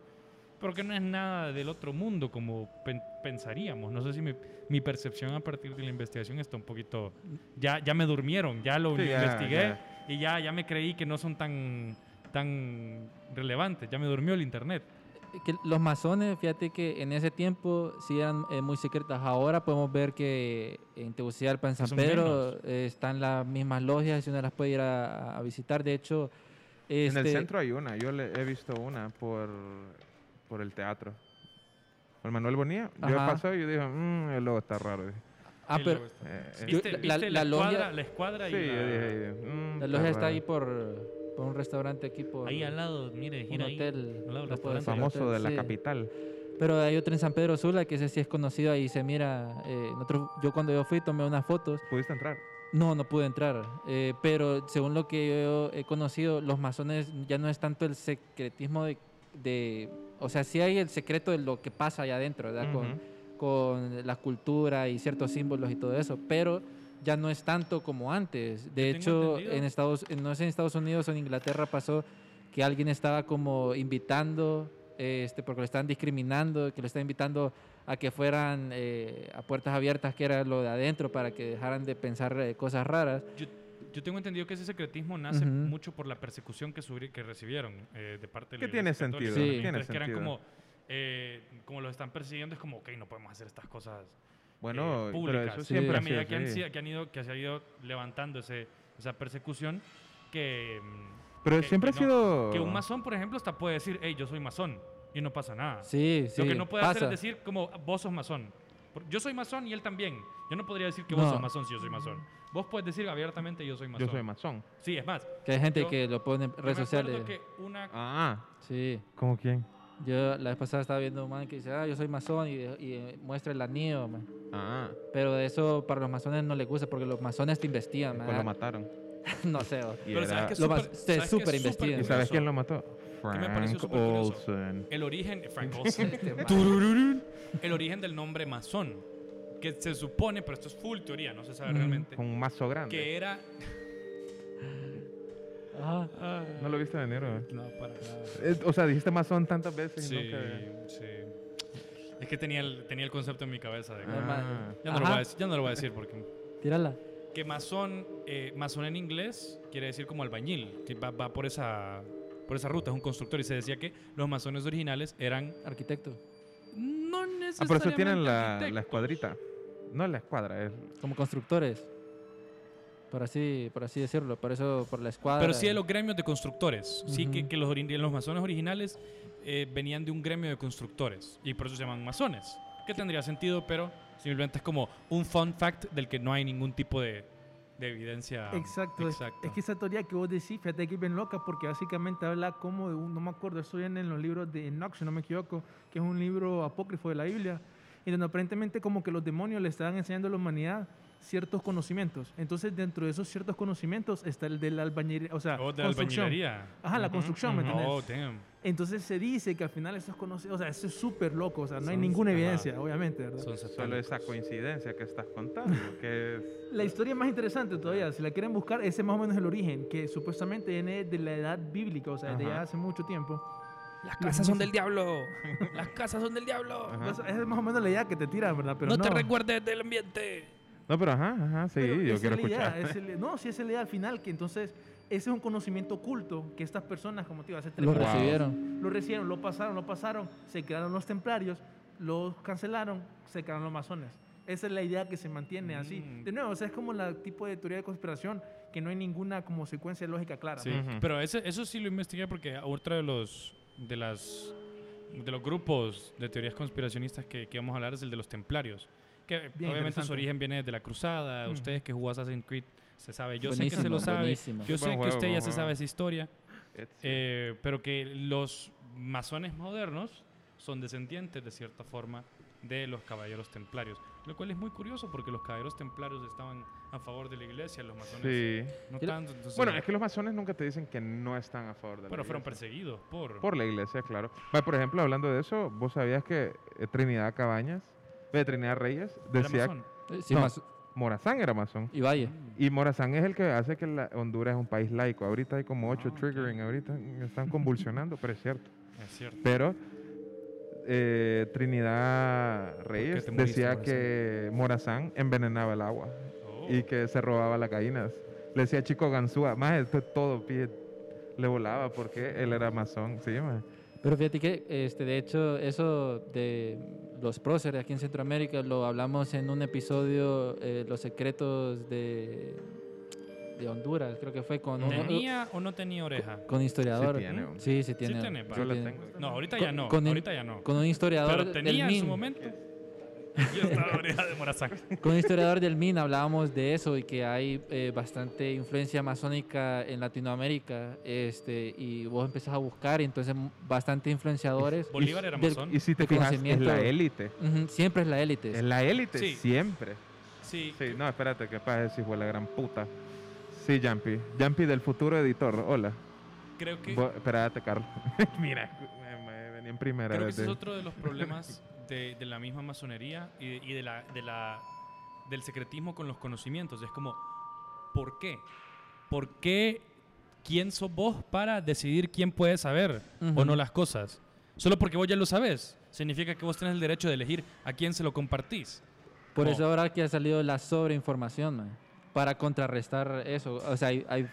S4: pero que no es nada del otro mundo como pen- pensaríamos. No sé si mi, mi percepción a partir de la investigación está un poquito... Ya, ya me durmieron, ya lo
S5: Sí, ya,
S4: investigué
S5: ya.
S4: y ya, ya me creí que no son tan, tan relevantes, ya me durmió el internet.
S8: que los masones, fíjate que en ese tiempo sí eran eh, muy secretas. Ahora podemos ver que en Tegucigalpa, en San
S4: Son
S8: Pedro,
S4: menos.
S8: eh, están las mismas logias y uno las puede ir a, a visitar. De hecho,
S5: En el
S8: este,
S5: centro hay una. Yo le he visto una por, por el teatro. Por Manuel Bonilla. Yo
S8: Ajá.
S5: pasé y yo dije, mmm, el logo está raro. dije.
S8: Ah,
S4: Y
S8: pero
S4: luego está-
S5: Eh, eh,
S8: Yo-
S4: ¿Viste,
S8: la-
S4: viste
S8: la
S4: la,
S8: logia-
S4: escuadra, la escuadra
S5: sí,
S4: y la-
S5: yo dije, "Mm,
S8: la logia está
S5: raro".
S8: ahí por, por un restaurante aquí, por
S4: ahí al lado, mire,
S8: un
S4: gira ahí.
S8: hotel.
S4: al lado del
S8: no puedo
S4: restaurante.
S8: decir
S5: Famoso
S8: hotel,
S5: de la
S8: sí.
S5: capital.
S8: Pero hay otro en San Pedro Sula que ese sí es conocido. Ahí se mira. eh, nosotros- yo cuando yo fui tomé unas fotos.
S5: ¿Pudiste entrar?
S8: No, no pude entrar. eh, pero según lo que yo he conocido, los masones ya no es tanto el secretismo de, de- O sea, sí hay el secreto de lo que pasa allá adentro, ¿verdad? Con-
S5: Ujú.
S8: con, la cultura y ciertos símbolos y todo eso. Pero ya no es tanto como antes. De
S4: tengo
S8: hecho,
S4: entendido.
S8: en Estados, en- no sé, en Estados Unidos o en Inglaterra pasó que alguien estaba como invitando, eh, este, porque lo estaban discriminando, que lo estaban invitando a que fueran eh, a puertas abiertas, que era lo de adentro, para que dejaran de pensar eh, cosas raras.
S4: Yo tengo entendido que ese secretismo nace
S8: Ujú.
S4: mucho por la persecución que, subri- que recibieron eh, de parte de la
S5: Que tiene
S4: Iglesia
S5: sentido.
S4: Católica.
S8: Sí.
S5: Tiene
S4: Entonces, que eran
S5: sentido.
S4: como, eh, como los están persiguiendo, es como, ok, no podemos hacer estas cosas
S5: Bueno, pero
S4: públicas.
S5: eso siempre
S4: a
S5: ha
S4: medida
S5: sido
S4: que, han
S5: así.
S4: sido- que han ido, que se ha ido levantando ese- esa persecución que... mm,
S5: Pero
S4: que-
S5: siempre
S4: que
S5: ha sido-
S4: Que un masón, por ejemplo, hasta puede decir, hey, yo soy masón, y no pasa nada.
S8: Sí, sí,
S4: Lo que no puede hacer
S8: pasa.
S4: es decir, como, vos sos masón. Por- Yo soy masón y él también. Yo no podría decir que
S8: No.
S4: vos sos masón si yo soy masón. Vos puedes decir abiertamente, yo soy masón.
S5: soy masón.
S4: Sí, es más.
S8: Que hay gente
S4: yo-
S8: que lo pone en
S4: yo me
S8: redes
S4: acuerdo
S8: sociales.
S4: que una-
S5: Ah.
S8: Sí.
S5: ¿Cómo quién?
S8: Yo la vez pasada estaba viendo un man que dice, ah, yo soy masón y, y, eh, muestra el anillo, man.
S5: Ah.
S8: Pero eso para los masones no les gusta porque los masones te investigan, man.
S5: Pues lo mataron.
S8: no sé. o-
S5: Y Pero ¿sabes era- qué es
S8: Lo mas-
S4: súper-
S8: se
S4: ¿sabes qué es súper
S8: súper investigan.
S5: ¿Y sabes quién lo mató?
S4: Que me pareció
S5: Frank
S4: súper curioso.
S5: Olsen.
S4: El origen, Frank Olsen.
S5: Este man.
S4: Turururun. el origen del nombre masón. Que se supone, pero esto es full teoría, no se sabe
S5: Ujú.
S4: realmente.
S5: Con un mazo grande.
S4: Que era.
S5: ¿No lo viste venir? güey?
S4: No, para nada.
S5: Eh, O sea, dijiste masón tantas veces. y
S4: Sí,
S5: nunca-
S4: sí. Es que tenía el, tenía el concepto en mi cabeza. De que-
S5: Ah.
S4: ya, no lo voy a
S8: Ajá.
S4: decir, ya no lo voy a decir porque.
S8: Tírala.
S4: Que masón, eh, masón en inglés quiere decir como albañil, que va, va por, esa, por esa ruta, es un constructor. Y se decía que los masones originales eran.
S8: Arquitectos.
S4: No
S5: Ah, por eso
S4: necesariamente
S5: tienen la, la
S4: arquitectos.
S5: escuadrita. No la escuadra, es
S8: Como constructores. Por así, por así decirlo. Por eso, por la escuadra.
S4: Pero sí de los gremios de constructores. Sí, que,
S8: Ujú.
S4: que los, ori- los masones originales eh, venían de un gremio de constructores. Y por eso se llaman masones. Que tendría sentido, pero simplemente es como un fun fact del que no hay ningún tipo de, de evidencia.
S9: Exacto. es-
S4: exacta.
S9: Es que esa teoría que vos decís, fíjate que es bien loca porque básicamente habla como de un, no me acuerdo, eso viene en los libros de Enoch, si no me equivoco, que es un libro apócrifo de la Biblia, y donde aparentemente como que los demonios le estaban enseñando a la humanidad ciertos conocimientos. Entonces dentro de esos ciertos conocimientos está el de la albañería, o sea,
S4: Oh, de
S9: construcción.
S4: albañilería.
S9: Ajá, la
S4: Ujú,
S9: construcción, ¿me
S4: ujú.
S9: entendés?
S4: Oh, damn.
S9: Entonces se dice que al final esos conocimientos, o sea, eso es súper loco, o sea, no hay
S5: Son-
S9: ninguna
S5: ajá.
S9: evidencia, obviamente, ¿verdad?
S5: solo esa coincidencia que estás contando. que es-
S9: La historia más interesante todavía, si la quieren buscar, ese es más o menos el origen, que supuestamente viene de la edad bíblica, o sea, desde
S5: Ajá.
S9: ya hace mucho tiempo.
S10: Las
S9: Los
S10: casas son del
S9: egipcios-
S10: diablo. Las casas son del diablo.
S9: Esa es más o menos la idea que te tiran, ¿verdad? Pero
S10: no,
S9: no,
S10: te recuerdes del ambiente.
S5: No, pero ajá, ajá, sí,
S9: Pero
S5: yo
S9: esa
S5: quiero
S9: es la idea,
S5: escuchar.
S9: esa es la- no, sí, esa es la idea al final, que entonces ese es un conocimiento oculto que estas personas, como te iba a hacer
S8: Lo recibieron.
S9: Lo recibieron, lo pasaron, lo pasaron, se crearon los templarios, los cancelaron, se crearon los masones. Esa es la idea que se mantiene así.
S5: Mm.
S9: De nuevo, o sea, es como el tipo de teoría de conspiración que no hay ninguna como secuencia lógica clara.
S4: Sí,
S9: ¿no?
S4: pero ese- eso sí lo investigué porque otro de los de las de los grupos de teorías conspiracionistas que, que vamos a hablar es el de los templarios, que obviamente su
S9: interesante.
S4: origen viene de la cruzada,
S8: Mm.
S9: Ujú.
S4: ustedes que jugó Assassin's Creed se sabe, yo sé que se
S8: Buenísimo,
S4: lo sabe,
S8: buenísimo.
S4: yo
S8: Sí,
S4: sé
S8: buen
S4: que
S8: juego,
S4: usted ya
S8: buen
S4: se
S8: juego.
S4: sabe esa historia,
S5: Ezio.
S4: eh, pero que los masones modernos son descendientes de cierta forma de los caballeros templarios, lo cual es muy curioso porque los caballeros templarios estaban a favor de la iglesia, los masones
S5: Sí.
S4: no tanto. entonces-
S5: bueno, es que los masones nunca te dicen que no están a favor de la
S4: Bueno, fueron
S5: iglesia.
S4: perseguidos por...
S5: Por la iglesia, claro. Va, por ejemplo, hablando de eso, ¿vos sabías que eh, Trinidad Cabañas, de Trinidad Reyes,
S4: ¿Era
S5: decía...
S4: masón?
S8: Eh, sí,
S5: No,
S8: mas-
S5: Morazán era masón.
S8: Y Valle.
S5: Y Morazán es el que hace que la Honduras es un país laico. Ahorita hay como
S4: Ah,
S5: ocho triggering, ahorita están convulsionando, pero es cierto.
S4: Es cierto.
S5: Pero eh, Trinidad Reyes
S4: te moriste,
S5: decía que Morazán envenenaba el agua
S4: Oh.
S5: y que se robaba las gallinas. Le decía chico ganzúa, más esto todo pie le volaba porque él era masón, sí, maje.
S8: Pero fíjate que, este, de hecho, eso de los próceres aquí en Centroamérica lo hablamos en un episodio, eh, Los secretos de, de Honduras, creo que fue con un-
S4: ¿Tenía o no tenía oreja?
S8: con un historiador.
S4: Sí tiene, hombre.
S8: sí, sí
S4: Sí
S8: tiene.
S4: tiene, pa.
S8: sí
S4: Yo la
S8: tiene.
S4: tengo. No, ahorita ya no,
S8: un-
S4: ahorita ya no.
S8: Con un historiador
S4: Pero tenía
S8: del
S4: en su
S8: MIN.
S4: momento. Yo estaba oreja de Morazán.
S8: Con un historiador del MIN hablábamos de eso y que hay eh, bastante influencia masónica en Latinoamérica. Este, y vos empezás a buscar, y entonces m- bastante influenciadores.
S5: Bolívar era masón. Y si te
S8: de
S5: fijas, es
S8: conocimiento.
S5: la élite.
S8: Ujú, siempre es la élite.
S5: Es la élite,
S8: Sí.
S5: siempre.
S4: Sí.
S5: No, espérate, que pasa si fue la gran puta. Sí, Jampi. Jampi del futuro editor, hola.
S4: Creo que-
S5: Bo- espérate, Carlos. Mira, venía en primera.
S4: Creo que ese es
S5: desde-
S4: otro de los problemas de, de la misma masonería y, de, y de la, de la- del secretismo con los conocimientos. Es como, ¿por qué? ¿Por qué? ¿Quién sos vos para decidir quién puede saber o
S8: Ujú.
S4: no las cosas? Solo porque vos ya lo sabes, significa que vos tenés el derecho de elegir a quién se lo compartís.
S8: Por
S4: Como-
S8: eso ahora que ha salido la sobreinformación, man, para contrarrestar eso. O sea, hay, hay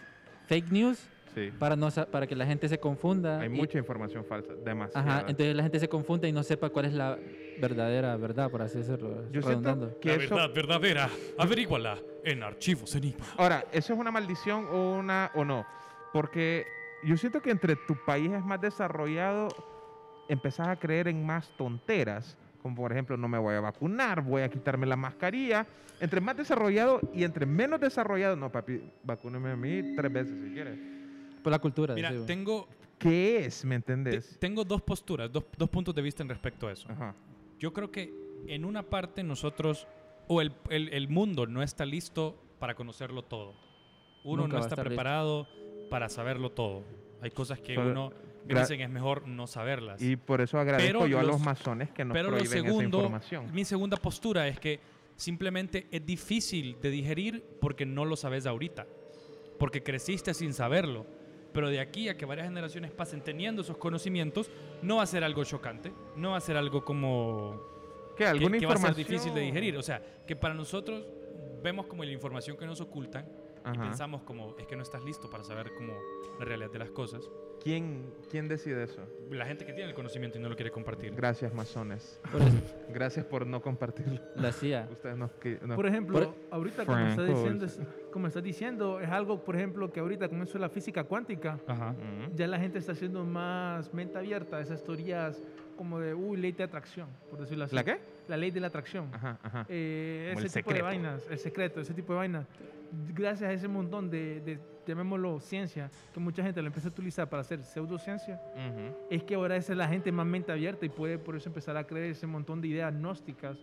S8: fake news
S5: Sí.
S8: para, no, sa- para que la gente se confunda.
S5: Hay
S8: y-
S5: mucha información falsa, demasiada.
S8: Ajá, entonces la gente se confunda y no sepa cuál es la verdadera verdad, por así decirlo.
S5: Yo siento
S8: redundando.
S5: que
S4: la
S5: eso-
S4: verdad verdadera, averíguala en Archivos Enigma.
S5: Ahora, ¿eso es una maldición o una o no? Porque yo siento que entre tu país es más desarrollado, empezás a creer en más tonteras, como por ejemplo, no me voy a vacunar, voy a quitarme la mascarilla. Entre más desarrollado y entre menos desarrollado, no, papi, vacúname a mí tres veces si quieres.
S8: Por la cultura.
S4: Mira,
S8: digo.
S4: tengo,
S5: ¿Qué es? ¿Me entendés?
S4: tengo dos posturas, dos, dos puntos de vista en respecto a eso.
S5: Ajá.
S4: Yo creo que en una parte nosotros, o el, el- el mundo no está listo para conocerlo todo. Uno
S8: Nunca
S4: no
S8: va a
S4: está
S8: estar listo.
S4: preparado para saberlo todo. Hay cosas que
S5: Solo-
S4: uno que
S5: gra-
S4: dicen es mejor no saberlas.
S5: Y por eso agradezco yo a los masones que nos
S4: pero lo
S5: prohíben esa
S4: segundo-
S5: información.
S4: Mi segunda postura es que simplemente es difícil de digerir porque no lo sabes ahorita. Porque creciste sin saberlo. Pero de aquí a que varias generaciones pasen teniendo esos conocimientos, no va a ser algo chocante, no va a ser algo como...
S5: Que alguna
S4: que va a ser
S5: información-
S4: difícil de digerir. O sea, que para nosotros vemos como la información que nos ocultan y
S5: Ajá.
S4: pensamos como, es que no estás listo para saber como la realidad de las cosas.
S5: ¿Quién, ¿Quién decide eso?
S4: La gente que tiene el conocimiento y no lo quiere compartir.
S5: Gracias, masones. Gracias por no compartirlo.
S8: La CIA.
S5: Ustedes nos, qui- nos-
S9: Por ejemplo, ahorita como
S5: Frank
S9: está diciendo,
S5: Olsen.
S9: es- como está diciendo, es algo, por ejemplo, que ahorita con eso de la física cuántica,
S4: Ajá.
S5: Mm.
S9: ya la gente está haciendo más mente abierta a esas teorías como de, uy, ley de atracción, por decirlo así.
S5: ¿La qué?
S9: La ley de la atracción.
S5: Ajá, ajá.
S9: Eh,
S5: Como
S9: ese
S5: el
S9: tipo de
S5: secreto.
S9: vainas, el secreto, ese tipo de vainas. Gracias a ese montón de, de, llamémoslo, ciencia, que mucha gente lo empieza a utilizar para hacer pseudociencia,
S8: Eh,
S5: Ujú.
S9: es que ahora esa es la gente más mente abierta y puede por eso empezar a creer ese montón de ideas gnósticas.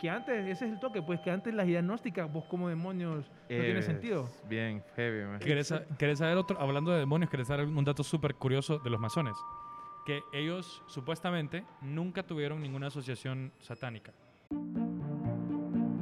S9: Que antes, ese es el toque, pues que antes las ideas gnósticas, vos como demonios, no tiene
S5: Es
S9: sentido.
S5: Bien, heavy, man.
S4: ¿Querés, sa- querés saber otro? Hablando de demonios, ¿querés saber un dato súper curioso de los masones? Que ellos supuestamente nunca tuvieron ninguna asociación satánica.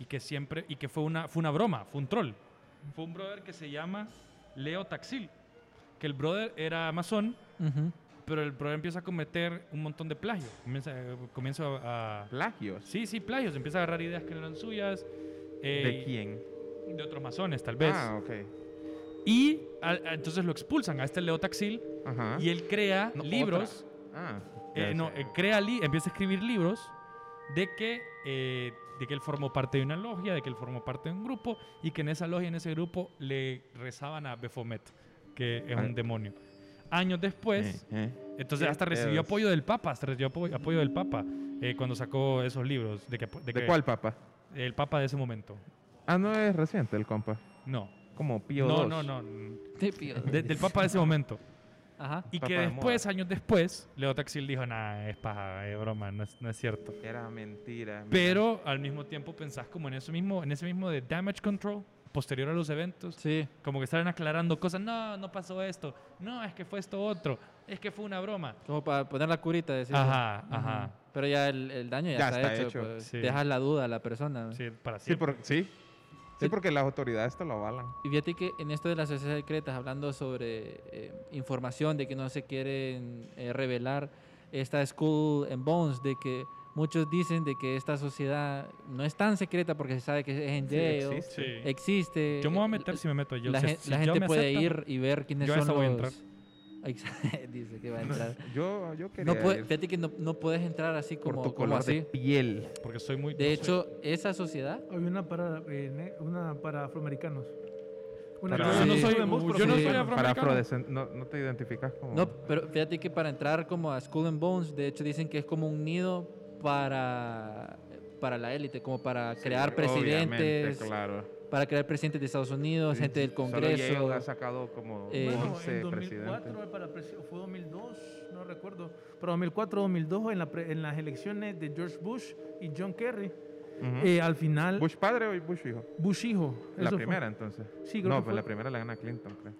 S4: Y que siempre, y que fue una, fue una broma, fue un troll. Fue un brother que se llama Leo Taxil. Que el brother era masón,
S8: Ujú.
S4: pero el brother empieza a cometer un montón de plagio. Comienza, comienza a...
S5: ¿Plagios?
S4: Sí, sí, plagios. Empieza a agarrar ideas que no eran suyas.
S5: ¿De
S4: eh,
S5: quién?
S4: De otros masones, tal vez.
S5: Ah, ok.
S4: Y al- a- entonces lo expulsan a este Leo Taxil
S5: Ajá.
S4: y él crea
S5: Ah. No,
S4: libros.
S5: otra. Ah,
S4: eh,
S5: ya
S4: no,
S5: sé.
S4: eh, crea li- empieza a escribir libros de que, eh, de que él formó parte de una logia, de que él formó parte de un grupo y que en esa logia, en ese grupo, le rezaban a Befomet, que es
S5: Ah.
S4: un demonio. Años después,
S5: Eh, eh.
S4: entonces
S5: Qué
S4: hasta recibió
S5: pedos.
S4: apoyo del Papa, hasta recibió apo- apoyo del Papa eh, cuando sacó esos libros. ¿De, que,
S5: ¿De
S4: que-
S5: cuál papa?
S4: El Papa de ese momento.
S5: Ah, no es reciente el compa.
S4: No.
S5: Como Pío
S4: no,
S5: II.
S4: no, no, n-
S8: Te pido.
S4: de- del Papa de ese momento.
S8: Ajá.
S4: Y
S5: Papa
S4: que
S5: de
S4: después, años después, Leo Taxil dijo, nah, es paja, es broma, no es, no es cierto.
S5: Era mentira. mira.
S4: Pero al mismo tiempo pensás como en eso mismo, en ese mismo de damage control, posterior a los eventos,
S8: Sí.
S4: como que estaban aclarando cosas, no, no pasó esto, no, es que fue esto otro, es que fue una broma.
S8: Como para poner la curita, decir.
S4: Ajá, ajá.
S8: Pero ya el, el daño ya,
S5: Ya
S8: está,
S5: está
S8: hecho.
S5: hecho.
S8: pues.
S4: Sí.
S8: Dejas la duda a la persona. ¿no?
S4: Sí, para
S5: Sí,
S4: siempre.
S5: por- sí. Sí, porque las autoridades te lo avalan.
S8: Y fíjate que en esto de las sociedades secretas, hablando sobre eh, información de que no se quieren eh, revelar, esta School and Bones, de que muchos dicen de que esta sociedad no es tan secreta porque se sabe que es en
S5: Sí,
S8: jail,
S5: existe.
S4: Sí.
S8: existe.
S4: Yo me voy a meter si me meto yo.
S8: La,
S4: Si-
S8: gen-
S4: si
S8: la
S4: yo
S8: gente
S4: me
S8: puede
S4: aceptan,
S8: ir y ver quiénes
S4: yo a
S8: son
S4: esa
S8: los...
S4: voy a entrar.
S8: Exa- Dice que va a entrar.
S5: Yo, yo quería
S8: No puede-
S5: ir
S8: fíjate que no, no puedes entrar así
S5: por
S8: como,
S5: tu
S8: como
S5: color de
S8: así.
S5: piel.
S4: Porque soy muy...
S8: De
S4: no
S8: hecho, esa sociedad
S9: Hay una para, eh, ne- una para afroamericanos. Una
S5: Para-
S9: que-
S8: Yo no soy-
S9: de voz,
S4: yo
S9: pero
S8: no
S9: sí.
S8: soy
S4: afro-
S5: Para
S4: afroamericano.
S5: afrodescend... No, no te identificas como...
S8: No, pero fíjate que para entrar como a School and Bones, de hecho dicen que es como un nido para, para la élite, como para
S5: Sí,
S8: crear
S5: obviamente,
S8: presidentes,
S5: claro.
S8: para crear presidentes de Estados Unidos,
S5: Sí,
S8: gente del
S5: solo
S8: Congreso.
S5: Yale ha sacado como
S8: Eh,
S9: Bueno,
S5: 11
S9: en 2004
S5: presidentes.
S9: eh, para presi- o fue 2002, no recuerdo, pero 2004-2002 en, la pre- en las elecciones de George Bush y John Kerry,
S5: Ujú.
S9: eh, al final Bush,
S5: ¿Bush padre o Bush hijo?
S9: hijo.
S5: La
S9: eso fue.
S5: primera, entonces.
S9: Sí, creo
S5: no,
S9: que
S5: pues
S9: fue.
S5: la primera la gana Clinton, creo.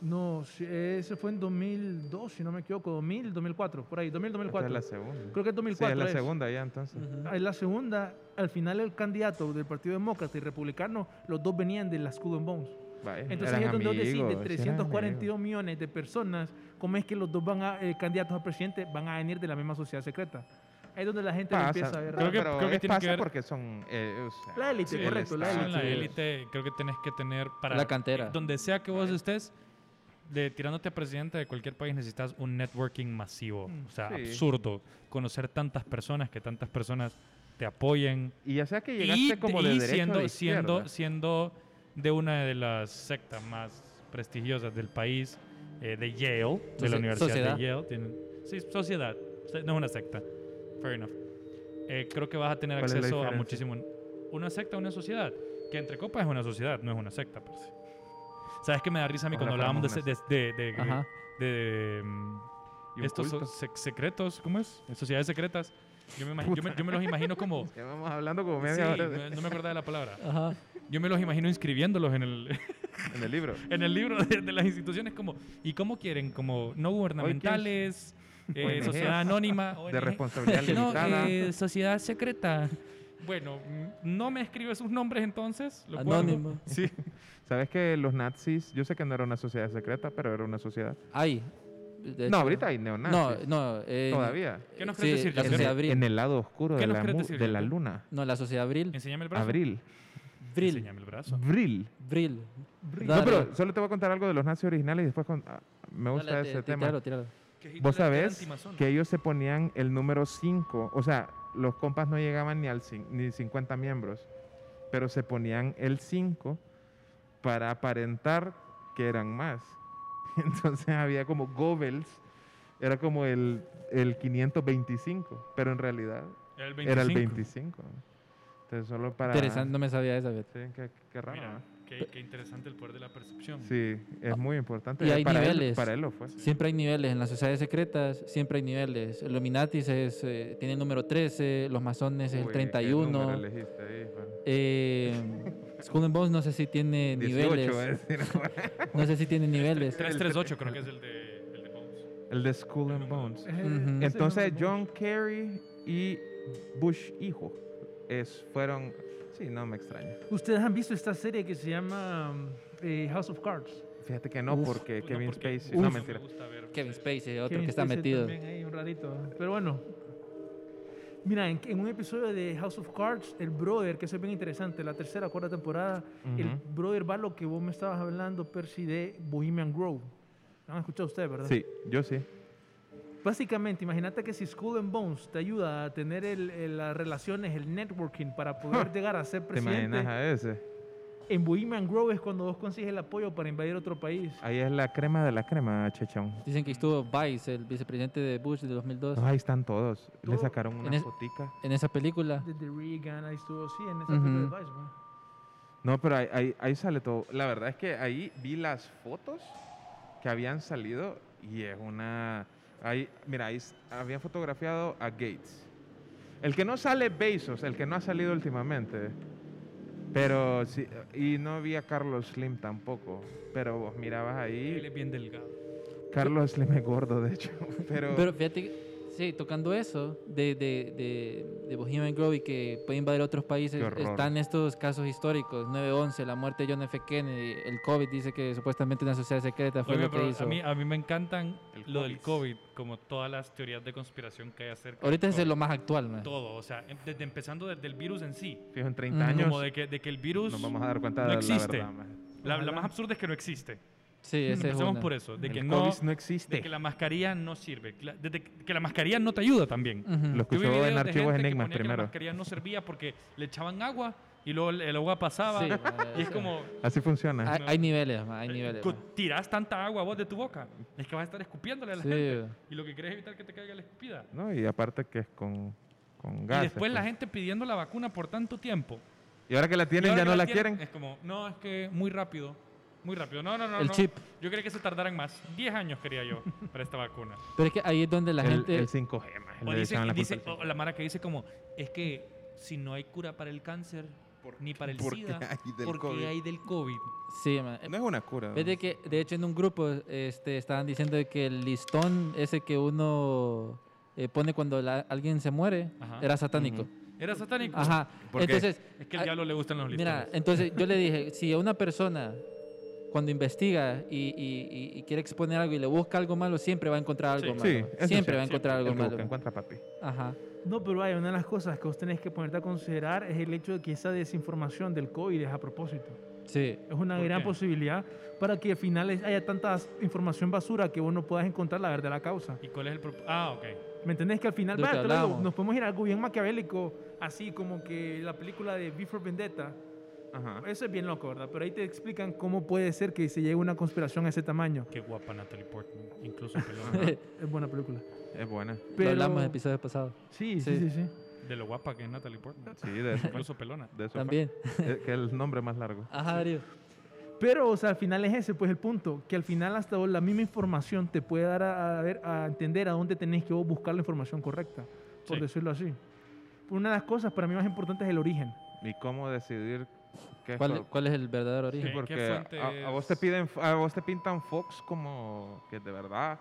S9: No, sí, ese fue en 2002, si no me equivoco, 2000, 2004, por ahí, 2000, 2004.
S5: es la segunda.
S9: Creo que es 2004.
S5: Sí, es la segunda ya, entonces.
S9: Ujú. Es la segunda. Al final el candidato del Partido Demócrata y Republicano, los dos venían de las Skull and Bones.
S5: Vaya,
S9: Entonces
S5: eran
S9: ahí es donde vos decís,
S5: amigos, eran
S9: de 342 millones de personas, ¿cómo es que los dos van a, eh, candidatos a presidente van a venir de la misma sociedad secreta? Ahí es donde la gente lo empieza a ver.
S5: Creo que,
S9: raro.
S5: pero creo que pasa porque son... eh, o sea,
S9: La élite,
S5: el
S9: correcto, la
S5: Estado.
S4: En la élite creo que tenés que tener para...
S8: La cantera.
S4: Donde sea que vos estés, de, tirándote a presidente de cualquier país necesitas un networking masivo.
S5: Mm,
S4: O sea,
S5: sí.
S4: absurdo. Conocer tantas personas, que tantas personas te apoyen.
S5: Y ya sea que llegaste como de
S4: y
S5: derecha o
S4: siendo,
S5: de
S4: siendo,
S5: izquierda.
S4: siendo de una de las sectas más prestigiosas del país, eh, de Yale, de
S8: Socie-
S4: la Universidad
S8: sociedad.
S4: de Yale. tienen- sí, sociedad. Se- No es una secta. Fair enough. Eh, creo que vas a tener
S5: ¿Cuál es la
S4: acceso a
S5: diferencia?
S4: muchísimo. Una secta, una sociedad. Que entre copas es una sociedad, no es una secta, per se. ¿Sabes qué me da risa a mí
S5: Ojalá
S4: cuando hablábamos de, se- de, de- de-
S8: Ajá.
S4: de, mm,
S5: Y un
S4: estos
S5: culto.
S4: sec- secretos, ¿cómo es? Sociedades secretas. Yo me, imagi- yo me- yo me los imagino como
S5: Ya vamos hablando como
S4: Sí,
S5: media hora de-
S4: no- no me acordaba de la palabra.
S8: Ajá.
S4: Yo me los imagino inscribiéndolos en el,
S5: en el libro.
S4: en el libro de, de las instituciones como ¿y cómo quieren? Como no gubernamentales, eh,
S5: ONGs.
S4: sociedad anónima,
S5: De
S4: ONG.
S5: responsabilidad
S4: No,
S5: limitada.
S4: eh, sociedad secreta. Bueno, mm, no me escribe sus nombres entonces. Lo guardo.
S8: Anónimo.
S4: Sí.
S5: ¿Sabes que los nazis, yo sé que no era una sociedad secreta, pero era una sociedad...
S8: Hay.
S5: No,
S8: de hecho.
S5: ahorita hay
S8: No,
S5: neonazis.
S8: no. eh,
S5: Todavía.
S4: ¿Qué nos
S8: sí,
S4: querés decir,
S8: la
S4: Gabriel?
S8: sociedad
S5: En
S8: Abril.
S5: el lado oscuro
S4: ¿Qué
S5: de
S4: nos
S5: la,
S4: querés
S5: mu-
S4: decir,
S5: de la
S4: Gabriel?
S5: luna.
S8: No, la sociedad Abril.
S4: Enséñame el brazo.
S5: Abril.
S8: Bril.
S4: Enséñame el brazo.
S5: Bril.
S8: Bril.
S5: No,
S8: Dale,
S5: pero solo te voy a contar algo de los nazis originales y después con- ah, me gusta
S8: dale,
S5: ese
S8: te- te-
S5: tema.
S8: tíralo, tíralo.
S5: Vos sabés que ellos se ponían el número 5, o sea, los compas no llegaban ni al cin- ni 50 miembros, pero se ponían el 5 para aparentar que eran más. Entonces había como Goebbels, era como el, el 525, pero en realidad
S4: Era el
S5: era el
S4: 25.
S5: 25. Entonces solo para...
S8: Interesante, no me sabía esa. Beth.
S5: Sí, qué, qué raro,
S4: Mira,
S5: ¿no?
S4: qué, qué interesante el poder de la percepción.
S5: Ah. Sí, es
S8: Ah,
S5: muy importante.
S8: Y
S5: Eh,
S8: hay
S5: para él-
S8: niveles.
S5: para él lo fue.
S8: Siempre hay niveles. En las sociedades secretas siempre hay niveles. El Illuminatis es, eh, tiene el número 13, los masones es el
S5: Uy, ¿qué
S8: 31.
S5: número elegiste ahí, Juan?
S8: Eh, Skull and Bones no sé si tiene
S5: 18, va a
S8: niveles.
S5: decir. ¿eh?
S8: No sé si tiene niveles.
S4: 338 creo que es el de, el de Bones.
S5: El de Skull and Bones.
S9: Es el-
S8: Ujú.
S9: es el
S5: Entonces
S9: número
S5: John Kerry y Bush hijo es, fueron... Sí, no me extraña.
S9: dos. Ustedes han visto esta serie que se llama mm, eh, House of Cards.
S5: Fíjate que no,
S8: Uf.
S5: porque
S4: No,
S5: Kevin
S4: porque
S5: Spacey... No,
S4: me
S5: mentira.
S4: gusta ver-
S8: Kevin Spacey, otro
S9: Kevin
S8: que está
S9: Spacey
S8: metido.
S9: también ahí, un rarito. Pero bueno. Mira, en, en un episodio de House of Cards, el brother, que eso es bien interesante, la tercera cuarta temporada, el
S5: Ujú.
S9: brother va a lo que vos me estabas hablando, Percy, de Bohemian Grove. ¿Lo han escuchado ustedes, verdad?
S5: Sí, yo sí.
S9: Básicamente, imagínate que si Skull and Bones te ayuda a tener el- el- las relaciones, el networking para poder llegar a ser
S5: ¿Te imaginas ¿eh?
S9: presidente,
S5: a ese?
S9: en Bohemian Grove es cuando vos consigues el apoyo para invadir otro país.
S5: Ahí es la crema de la crema, chechón.
S8: Dicen que estuvo Vice, el vicepresidente de Bush de 2002.
S5: No, ahí están todos. Le
S9: Todo-
S5: sacaron una
S8: en es-
S5: fotica.
S8: En esa película.
S9: Desde Reagan, ahí estuvo, sí, en esa
S8: Ujú.
S9: película de Vice, ¿no?
S5: No, pero ahí, ahí- ahí sale todo. La verdad es que ahí vi las fotos que habían salido y es una... Ahí, mira, ahí s- habían fotografiado a Gates. El que no sale es Bezos, el que no ha salido últimamente. Pero sí, y no vi a Carlos Slim tampoco. Pero vos mirabas
S4: Él
S5: ahí.
S4: es bien delgado.
S5: Carlos Slim es gordo, de hecho. Pero,
S8: Pero fíjate, que- sí, tocando eso de, de, de, de Bohemian Grove y que puede invadir otros países,
S5: Qué horror.
S8: están estos casos históricos, 9-11, la muerte de John F. Kennedy, el COVID dice que supuestamente una sociedad secreta fue
S4: Oye,
S8: lo que
S4: pero
S8: hizo.
S4: a, mí, a mí me encantan
S5: El
S4: lo del
S5: COVID.
S4: COVID, como todas las teorías de conspiración que hay acerca
S8: Ahorita
S4: del
S8: es de lo
S4: COVID.
S8: más actual, ¿no?
S4: Todo, o sea, em- desde empezando desde el virus en sí.
S5: fijo, en 30
S8: Ujú.
S5: años
S4: Como de que, de que el virus...
S5: nos vamos a dar cuenta
S4: no
S5: de
S4: existe.
S5: la verdad. man.
S4: La, la más absurda es que no existe.
S8: Sí, ese es
S4: Empecemos
S8: una.
S4: por eso, de
S5: El
S4: que, no,
S5: COVID no existe.
S4: de que la mascarilla no sirve. cla- Desde que que la mascarilla no te ayuda también.
S8: Ujú.
S5: Lo
S4: Yo vi
S5: escuchó
S4: videos
S5: en
S4: de
S5: Archivos
S4: gente que
S5: Enigmas
S4: ponía que La
S5: primero.
S4: mascarilla no servía porque le echaban agua y luego el, el agua pasaba.
S8: Sí,
S4: Ah, y es como...
S5: Así funciona.
S8: Hay, hay niveles, ma, hay
S4: eh,
S8: niveles.
S4: cu-
S8: ma.
S4: Tirás tanta agua vos de tu boca. Es que vas a estar escupiéndole a la
S8: Sí.
S4: gente. Y lo que querés es evitar que te caiga la escupida.
S5: ¿no? Y aparte que es con, con
S4: Y
S5: gas.
S4: después la gente pidiendo la vacuna por tanto tiempo.
S5: Y ahora que la
S4: Y
S5: tienen,
S4: ahora
S5: ya
S4: que
S5: no la quieren.
S4: Es como, no, es que muy rápido. Muy rápido. No, no, no.
S8: El
S4: no.
S8: chip.
S4: Yo creía que se tardaran más. 10 años quería yo para esta vacuna.
S8: Pero es que ahí es donde la
S5: el,
S8: gente...
S5: el 5G, más.
S4: O dice, dice- o la Mara que dice como, es que si no hay cura para el cáncer, ni para el
S5: porque
S4: SIDA,
S5: hay del
S4: porque
S5: COVID.
S4: hay del COVID.
S8: Sí, man.
S5: No es una cura.
S8: Ves de que, de hecho, en un grupo este, estaban diciendo de que el listón ese que uno eh, pone cuando la- alguien se muere
S4: Ajá.
S8: era satánico.
S4: Era satánico.
S8: Ajá.
S4: ¿Por qué?
S8: entonces,
S4: Es que al diablo le gustan los
S8: Mira,
S4: listones.
S8: entonces yo le dije, si una persona cuando investiga y, y- y- y quiere exponer algo y le busca algo malo, siempre va a encontrar algo
S5: Sí,
S8: malo.
S5: eso es
S8: siempre va a
S5: cierto.
S8: encontrar
S5: El
S8: algo
S5: que
S8: malo.
S5: busca, encuentra, papi.
S8: Ajá.
S9: No, pero vaya, una de las cosas que vos tenés que ponerte a considerar es el hecho de que esa desinformación del COVID es a propósito.
S8: Sí.
S9: Es una
S8: ¿Por
S9: gran
S8: qué?
S9: posibilidad para que al final haya tanta información basura que vos no puedas encontrar la verdadera causa.
S4: ¿Y cuál es el prop- Ah, ok.
S9: ¿Me entendés? Que al final,
S4: Lo que
S9: vaya, te lo digo,
S4: hablábamos.
S9: nos podemos ir a algo bien maquiavélico, así como que la película de Before Vendetta.
S5: Ah.
S9: Eso es bien loco, ¿verdad? Pero ahí te explican cómo puede ser que se llegue una conspiración a ese tamaño.
S4: Qué guapa Natalie Portman, incluso pelona.
S9: es buena película.
S5: Es buena.
S9: Pero-
S8: hablamos en episodios pasados.
S9: Sí, sí, sí, sí.
S4: De lo guapa que es Natalie Portman.
S5: Sí, de eso.
S4: Incluso pelona.
S5: De eso fue.
S8: También.
S5: Eh, que el nombre más largo.
S9: Pero, o sea, al final es ese, pues el punto, que al final hasta vos la misma información te puede dar a, a ver, a entender a dónde tenés que vos buscar la información correcta, por
S5: Sí.
S9: decirlo así. Una de las cosas para mí más importantes es el origen.
S5: ¿Y cómo decidir qué
S8: ¿Cuál-
S5: cor-
S8: cuál es el verdadero
S5: Sí,
S8: origen? ¿Qué- qué
S5: porque a-
S8: fuente
S5: a, a vos te piden, a vos te pintan Fox como que de verdad,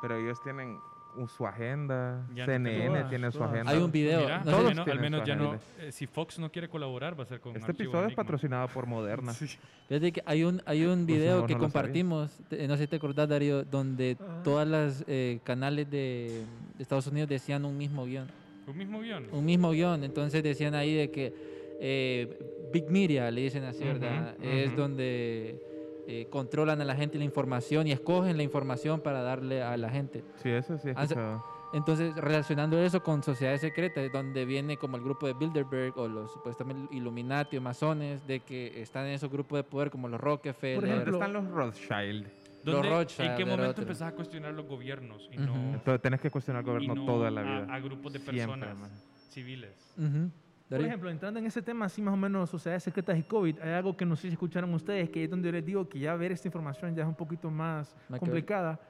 S5: pero ellos tienen un- su agenda,
S4: Ya no
S5: CNN
S4: tengo-
S5: tiene su agenda.
S4: Pues Mira,
S5: Todos
S4: al menos, al
S5: tienen
S4: menos
S5: su
S4: ya no.
S5: agenda.
S4: eh, si Fox no quiere colaborar, va a ser con.
S5: Este
S4: Archivo
S5: episodio es
S4: Enigma.
S5: patrocinado por Moderna.
S8: Fíjate que hay un, hay un
S5: Pues
S8: video
S5: no,
S8: que
S5: no lo sabía.
S8: compartimos, te- no sé si te acordás, Darío, donde
S5: Ah.
S8: todas las eh, canales de de Estados Unidos decían un mismo guión.
S4: Un mismo guión.
S8: Un mismo guión. Entonces decían ahí de que eh, Big Media, le dicen así,
S4: Ujú,
S8: ¿verdad? Es
S4: ujú.
S8: donde eh, controlan a la gente la información y escogen la información para darle a la gente.
S5: Sí, eso sí he
S8: Hace-
S5: escuchado.
S8: Entonces, relacionando eso con sociedades secretas, donde viene como el grupo de Bilderberg o los supuestamente Illuminati o masones, de que están en esos grupos de poder como los Rockefeller.
S5: Por ejemplo, están los Rothschild.
S8: Los
S4: ¿Dónde-
S8: Rothschild.
S4: ¿En qué
S8: era
S4: momento
S8: otro.
S4: empezás a cuestionar los gobiernos y
S8: Ujú.
S4: no,
S5: Pero tenés que cuestionar al
S4: y
S5: gobierno
S4: no
S5: toda
S4: a-
S5: la vida.
S4: A, grupos de
S5: Siempre,
S4: personas
S5: man.
S4: civiles.
S8: Ujú.
S9: Por ejemplo, entrando en ese tema, así más o menos sociedades secretas y COVID, hay algo que no sé si escucharon ustedes, que es donde yo les digo que ya ver esta información ya es un poquito más
S8: Maquiavel-
S9: complicada.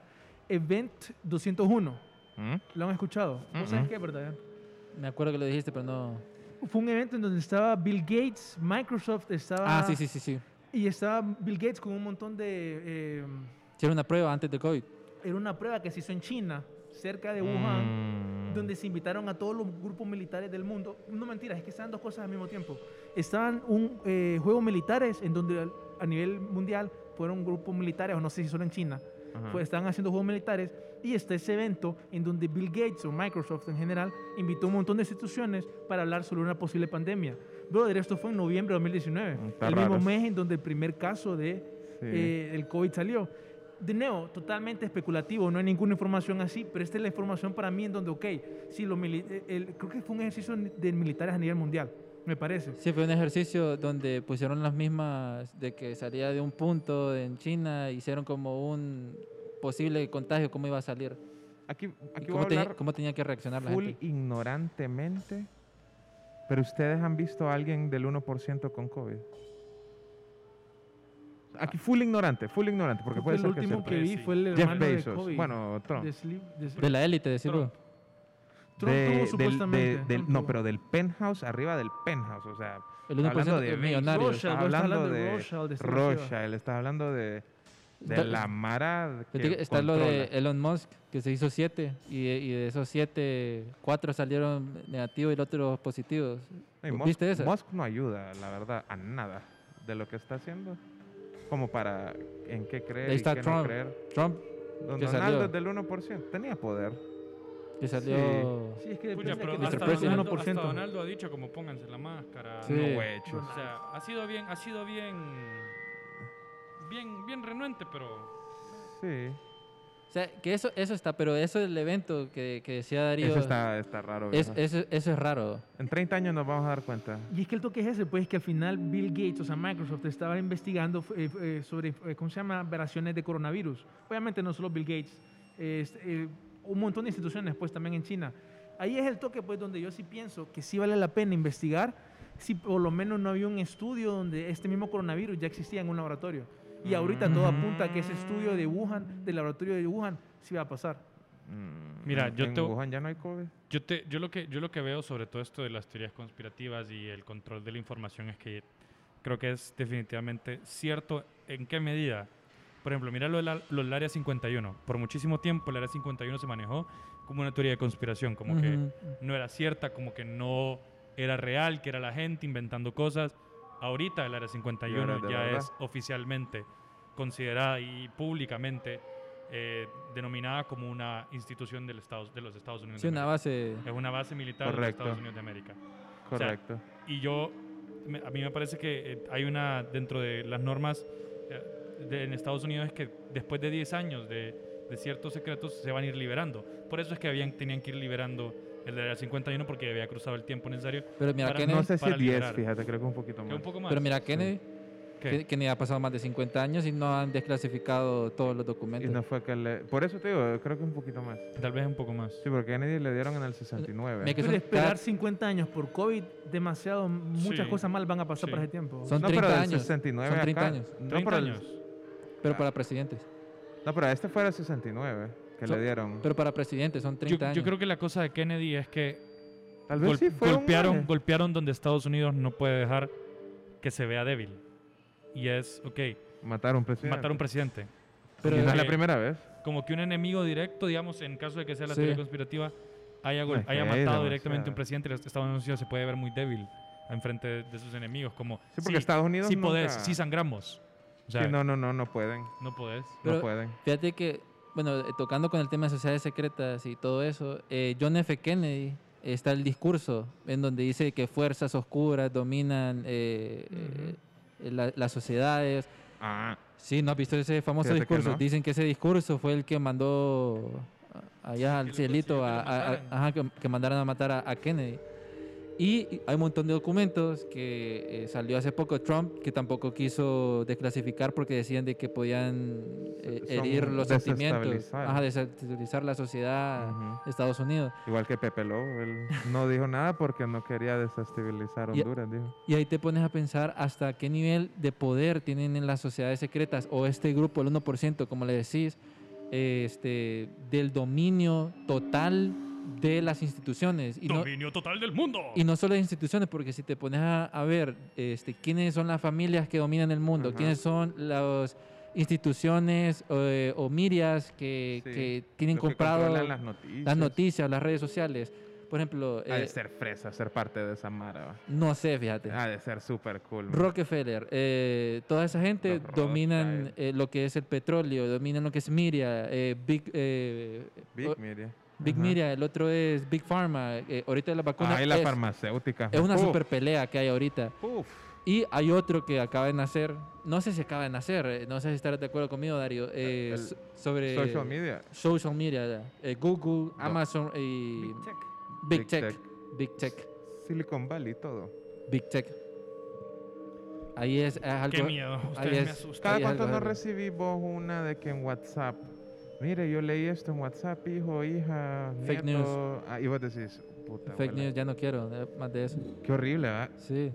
S9: Event 201,
S5: ¿Mm?
S9: ¿lo han escuchado?
S8: Mm-mm.
S9: ¿Vos sabés qué, verdad?
S8: Me acuerdo que lo dijiste, pero no.
S9: Fue un evento en donde estaba Bill Gates, Microsoft estaba...
S8: Ah, sí, sí, sí, sí.
S9: Y estaba Bill Gates con un montón de... eh,
S8: Hicieron una prueba antes de COVID.
S9: era una prueba que se hizo en China, cerca de Wuhan,
S5: Mm.
S9: donde se invitaron a todos los grupos militares del mundo. No mentiras, es que estaban dos cosas al mismo tiempo. Estaban un, eh, juegos militares en donde al- a nivel mundial fueron grupos militares, o no sé si solo en China,
S5: Ah.
S11: Ajá.
S9: pues estaban haciendo juegos militares y está ese evento en donde Bill Gates o Microsoft en general invitó a un montón de instituciones para hablar sobre una posible pandemia. Brother, esto fue en noviembre de 2019,
S5: Mm, Está
S9: el
S5: raro.
S9: mismo mes en donde el primer caso de
S5: Sí.
S9: eh, el COVID salió. De nuevo, totalmente especulativo, no hay ninguna información así, pero esta es la información para mí en donde, ok, si los mili- eh, el- creo que fue un ejercicio de militares a nivel mundial, me parece.
S8: Sí, fue un ejercicio donde pusieron las mismas de que salía de un punto en China, hicieron como un posible contagio, cómo iba a salir.
S5: Aquí,
S8: Y
S5: aquí voy
S8: cómo,
S5: a
S8: tenía-
S5: hablar
S8: cómo tenía que reaccionar la
S5: full
S8: gente.
S5: ignorantemente, pero ustedes han visto a alguien del 1% con COVID. Aquí full ignorante, full ignorante, porque
S9: Creo
S5: puede
S9: que el
S5: ser
S9: último
S5: sea
S9: que vi fue el
S5: Jeff
S9: hermano de
S5: Bezos,
S9: Kobe,
S5: bueno, Trump.
S9: de Slim- de Slim-
S8: De la élite, decís vos.
S9: Trump
S5: De-
S9: tuvo
S5: del-
S9: supuestamente,
S5: de- del-
S9: Trump
S5: no,
S9: tuvo.
S5: pero del penthouse, arriba del penthouse, o sea,
S8: El 1%
S5: hablando
S8: de
S5: de
S8: millonarios.
S5: Bezos,
S8: Rothschild, vos estás
S5: hablando
S8: hablando de
S5: de
S8: Rothschild, de esta
S5: Rothschild, estás hablando de, de
S8: Da-
S5: la mara que
S8: Fíjate que Está lo de eh,
S5: controla.
S8: Elon Musk, que se hizo siete, y de, y de esos siete, cuatro salieron negativos y los otros positivos.
S5: No, y Musk-
S8: ¿Viste eso?
S5: Musk no ayuda, la verdad, a nada de lo que está haciendo. Como para en qué creer
S8: Ahí
S5: y
S8: está
S5: qué
S8: Trump.
S5: no creer.
S8: Trump,
S5: Don
S8: que
S5: Donaldo
S8: salió.
S5: es del 1%. Tenía poder.
S8: Que salió-
S9: Sí, es que
S4: Pucha,
S9: depende
S4: pero
S9: de que
S4: hasta
S9: te presten
S4: Donaldo,
S9: 1%.
S4: hasta Donaldo ha dicho como pónganse la máscara.
S5: Sí. No, güey, chus.
S4: O sea, ha sido bien, ha sido bien, bien, bien renuente, pero
S5: Sí.
S8: O sea, que eso, eso está, pero eso del evento que, que decía Darío.
S5: Eso está- está raro,
S8: es-
S5: viejo.
S8: eso, eso es raro.
S5: En 30 años nos vamos a dar cuenta.
S9: Y es que el toque es ese, pues que al final Bill Gates, o sea, Microsoft estaba investigando eh, eh, sobre, eh, ¿cómo se llama?, variaciones de coronavirus. Obviamente no solo Bill Gates, eh, es- eh, un montón de instituciones, pues también en China. Ahí es el toque, pues, donde yo sí pienso que sí vale la pena investigar si por lo menos no había un estudio donde este mismo coronavirus ya existía en un
S8: Mm.
S9: laboratorio. Y ahorita todo apunta a que ese estudio de Wuhan, del laboratorio de Wuhan, sí va a pasar.
S4: Mira, yo
S5: Mm, en
S4: te,
S5: Wuhan ya no hay COVID.
S4: Yo, te, yo, lo que, yo lo que veo sobre todo esto de las teorías conspirativas y el control de la información es que creo que es definitivamente cierto. ¿En qué medida? Por ejemplo, mira lo del a- lo del Área 51. Por muchísimo tiempo el Área 51 se manejó como una teoría de conspiración, como
S8: Ujú,
S4: que no era cierta, como que no era real, que era la gente inventando cosas. Ahorita el Área 51
S5: de
S4: ya
S5: verdad.
S4: es oficialmente considerada y públicamente eh, denominada como una institución del Estado, de los Estados Unidos.
S8: Sí,
S4: de
S8: una
S4: América.
S8: base-
S4: Es una base militar de los
S5: Correcto.
S4: Estados Unidos de América. O sea,
S5: Correcto.
S4: y yo, me- a mí me parece que eh, hay una, dentro de las normas eh, de- en Estados Unidos, es que después de 10 años de, de ciertos secretos se van a ir liberando. Por eso es que habían, tenían que ir liberando el de la 51 porque había cruzado el tiempo necesario.
S8: Pero mira,
S4: para-
S8: Kennedy- No sé si
S4: para
S5: 10,
S4: liberar.
S5: fíjate, creo que un poquito
S4: Que un poco más.
S8: Pero mira, Kennedy, que- Kennedy ha pasado más de 50 años y no han desclasificado todos los
S5: Y
S8: documentos.
S5: no fue que le- Por eso te digo, creo que un poquito más.
S4: Tal vez un poco más.
S5: Sí, porque a Kennedy le dieron en el 69.
S8: Mira que
S9: Pero
S8: son
S9: esperar
S8: cada-
S9: 50 años por COVID, demasiado, muchas
S5: Sí.
S9: cosas mal van a
S5: Sí.
S9: pasar para ese tiempo.
S8: Son
S5: No,
S8: 30
S5: pero del
S8: años.
S5: 69
S8: son 30
S5: acá.
S8: años.
S5: No, 30 pero el- años.
S8: Pero para presidentes.
S5: No, pero este fue el 69 que
S8: Son-
S5: le dieron.
S8: Pero para presidentes son 30
S4: Yo, yo
S8: años.
S4: creo que la cosa de Kennedy es que
S5: Tal vez sí fue un
S4: golpearon,
S5: male.
S4: golpearon donde Estados Unidos no puede dejar que se vea débil. Y es, ok.
S5: Matar a un presidente.
S4: Matar a un presidente.
S5: Pero- Y no es la primera vez.
S4: Como que un enemigo directo, digamos, en caso de que sea la
S5: Sí.
S4: teoría conspirativa, haya, gol-
S5: Es que
S4: haya
S5: hay
S4: matado
S5: demasiado.
S4: directamente a un presidente, los Estados Unidos se puede ver muy débil enfrente de, de sus enemigos. Como,
S5: Sí, porque Estados Unidos
S4: Sí podés,
S5: nunca-
S4: sí sangramos. O sea,
S5: Sí, no, no, no, no pueden.
S4: No podés.
S8: Pero
S5: no pueden.
S8: Fíjate que, bueno, eh, tocando con el tema de sociedades secretas y todo eso, eh, John F. Kennedy eh, está el discurso en donde dice que fuerzas oscuras dominan eh, eh, la- las sociedades.
S5: Ah.
S8: Sí, ¿no has visto ese famoso
S5: Fíjate que
S8: discurso?
S5: no.
S8: Dicen que ese discurso fue el que mandó a- allá al cielito a, a- a- ajá, que, que mandaron a matar a, a Kennedy. Y hay un montón de documentos que eh, salió hace poco Trump, que tampoco quiso desclasificar porque decían de que podían eh,
S5: son
S8: herir los sentimientos,
S5: desestabilizar.
S8: ajá, desestabilizar la sociedad de Estados Unidos.
S5: Igual que Pepe Lobo, él no dijo nada porque no quería desestabilizar
S8: Y-
S5: Honduras, dijo.
S8: Y ahí te pones a pensar hasta qué nivel de poder tienen en las sociedades secretas o este grupo, el 1%, como le decís, este, del dominio total de las instituciones. Y no-
S4: Dominio total del mundo.
S8: y no solo de instituciones, porque si te pones a, a ver este, quiénes son las familias que dominan el mundo,
S5: Ajá.
S8: quiénes son las instituciones eh, o mirias que,
S5: Sí,
S8: que tienen
S5: los que
S8: comprado
S5: controlan las noticias.
S8: las noticias, las redes sociales. Por ejemplo,
S5: Ha de
S8: eh,
S5: ser fresa, ser parte de esa mara. va.
S8: no sé, fíjate.
S5: Ha de ser súper cool. man.
S8: Rockefeller, eh, toda esa gente dominan eh, lo que es el petróleo, dominan lo que es Miria, eh, Big, eh,
S5: Big
S8: o-
S5: Media.
S8: Big
S5: Ajá.
S8: Miria, el otro es Big Pharma, eh, ahorita la vacuna.
S5: Ah, y la
S8: es-
S5: farmacéutica.
S8: Es una
S5: Uf.
S8: super pelea que hay ahorita. Y hay otro que acaba de nacer, no sé si acaba de nacer, eh, no sé si estarás de acuerdo conmigo, Dario, eh,
S5: el
S8: so- sobre.
S5: social media.
S8: Social media, eh, Google, Amazon y. Big Tech. Big,
S5: Big
S8: tech.
S5: Tech.
S8: Big Tech.
S5: Silicon Valley, todo.
S8: Big Tech. Ahí es, es algo.
S4: Qué miedo,
S8: ahí
S4: ustedes me
S8: es-
S4: asustan.
S5: ¿Cada
S8: ahí es
S5: cuánto
S8: algo
S5: no
S8: heavy.
S5: recibí vos una de que en WhatsApp? Mire, yo leí esto en WhatsApp, hijo, hija,
S8: Fake
S5: nieto".
S8: news.
S5: Ah, y vos decís, puta.
S8: Fake
S5: abuela.
S8: news, ya no quiero eh, más de eso.
S5: Qué horrible, ¿verdad?
S8: Sí.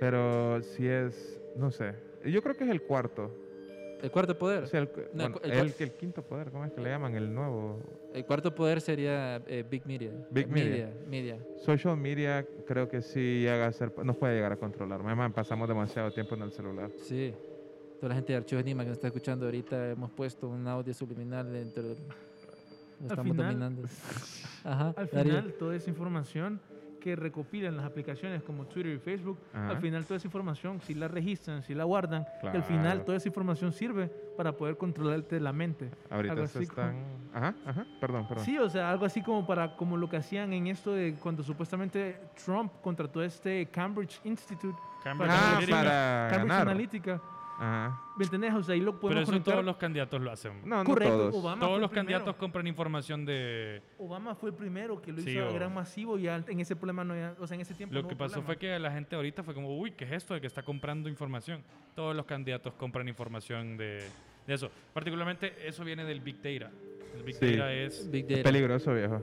S5: Pero si es, no sé. Yo creo que es el cuarto.
S8: ¿El cuarto poder?
S5: O sea, el, cu-
S8: No, el
S5: bueno,
S8: cu- el
S5: el,
S8: cuar-
S5: el quinto poder, ¿cómo es que le llaman? El nuevo.
S8: El cuarto poder sería eh, Big Media.
S5: Big
S8: Eh,
S5: media.
S8: Media.
S5: Social media creo que sí llega a ser, nos puede llegar a controlar. Además, pasamos demasiado tiempo en el celular.
S8: Sí. Toda la gente de Archivos Nima que nos está escuchando ahorita, hemos puesto un audio subliminal dentro del... Lo
S9: Al
S8: estamos
S9: final-
S8: dominando. Ajá,
S9: Al
S8: Darío.
S9: final, toda esa información que recopilan las aplicaciones como Twitter y Facebook,
S8: Ajá.
S9: al final toda esa información, si la registran, si la guardan, que al final
S5: Claro.
S9: toda esa información sirve para poder controlarte la mente.
S5: Ahorita
S9: Algo
S5: se
S9: así como-
S5: están. Ajá, ajá, perdón, perdón.
S9: Sí, o sea, algo así como para como lo que hacían en esto de cuando supuestamente Trump contrató este Cambridge Institute
S4: Cambridge
S9: que-
S5: Analytica. Ah, para
S9: Cambridge
S5: ganar.
S9: Analytica.
S5: Ajá.
S9: ¿Me entendés? O sea, ahí lo
S4: Pero
S9: podemos
S4: eso
S9: conectar.
S4: todos los candidatos lo hacen.
S9: No, no Correcto, todos. Obama fue
S4: todos
S9: el
S4: los
S9: primero.
S4: candidatos compran información de...
S9: Obama fue el primero que lo hizo
S4: Sí,
S9: a
S4: o-
S9: gran masivo y al- en ese problema no había- o sea, en ese tiempo
S4: Lo
S9: no
S4: que
S9: hubo
S4: pasó fue que la gente ahorita fue como, uy, ¿qué es esto de que está comprando información? Todos los candidatos compran información de, de eso. Particularmente eso viene del Big Data. El Big
S5: Sí.
S4: Data es...
S5: Es peligroso, viejo.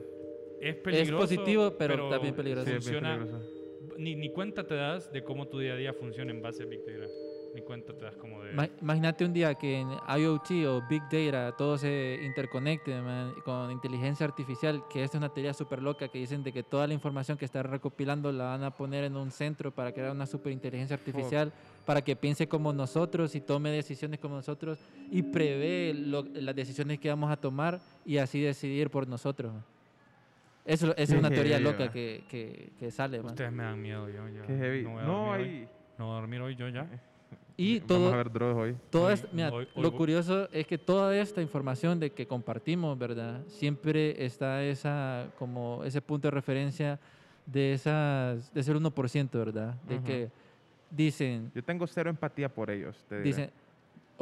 S4: Es peligroso.
S8: positivo, pero también peligroso.
S5: Sí, es bien
S4: Funciona.
S5: peligroso.
S4: Ni, ni cuenta te das de cómo tu día a día funciona en base a Big Data. ni cuenta te das como de...
S8: Ma- Imagínate un día que en IoT o Big Data todo se interconecte man, con inteligencia artificial, que esta es una teoría súper loca que dicen de que toda la información que está recopilando la van a poner en un centro para crear una superinteligencia artificial, para que piense como nosotros y tome decisiones como nosotros y prevé lo- las decisiones que vamos a tomar y así decidir por nosotros. man. Eso, esa es una
S4: Qué
S8: teoría
S4: heavy,
S8: loca
S4: man.
S8: que, que- que sale. man.
S4: Ustedes me dan miedo, yo ya.
S5: Qué heavy.
S4: No, voy a
S5: No, Eh.
S4: dormir
S5: ahí-
S4: hoy. No voy a dormir hoy, yo ya.
S8: Y todo,
S5: Vamos a ver drogas hoy.
S8: todo
S4: Hoy-
S8: esto- mira,
S4: hoy- hoy
S8: lo
S4: vo-
S8: curioso es que toda esta información de que compartimos, ¿verdad? Siempre está esa, como ese punto de referencia de esas, de ser 1%, ¿verdad? De
S5: Ujú.
S8: que dicen,
S5: Yo tengo cero empatía por ellos. Te diré.
S8: dicen,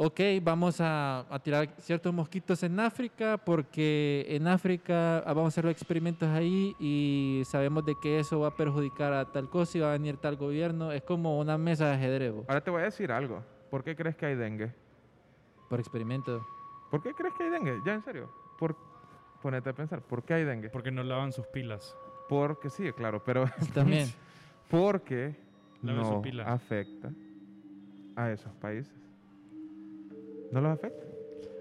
S8: ok, vamos a, a tirar ciertos mosquitos en África porque en África ah, vamos a hacer los experimentos ahí y sabemos de que eso va a perjudicar a tal cosa y va a venir tal gobierno. Es como una mesa de ajedrez. bo,
S5: Ahora te voy a decir algo. ¿Por qué crees que hay dengue?
S8: Por experimento.
S5: ¿Por qué crees que hay dengue? Ya, en serio. Por... Ponete a pensar. ¿Por qué hay dengue?
S4: Porque no lavan sus pilas.
S5: Porque sí, claro, pero...
S8: También.
S5: Porque
S4: Laven sus
S5: no
S4: pilas.
S5: afecta a esos países. ¿No los afecta?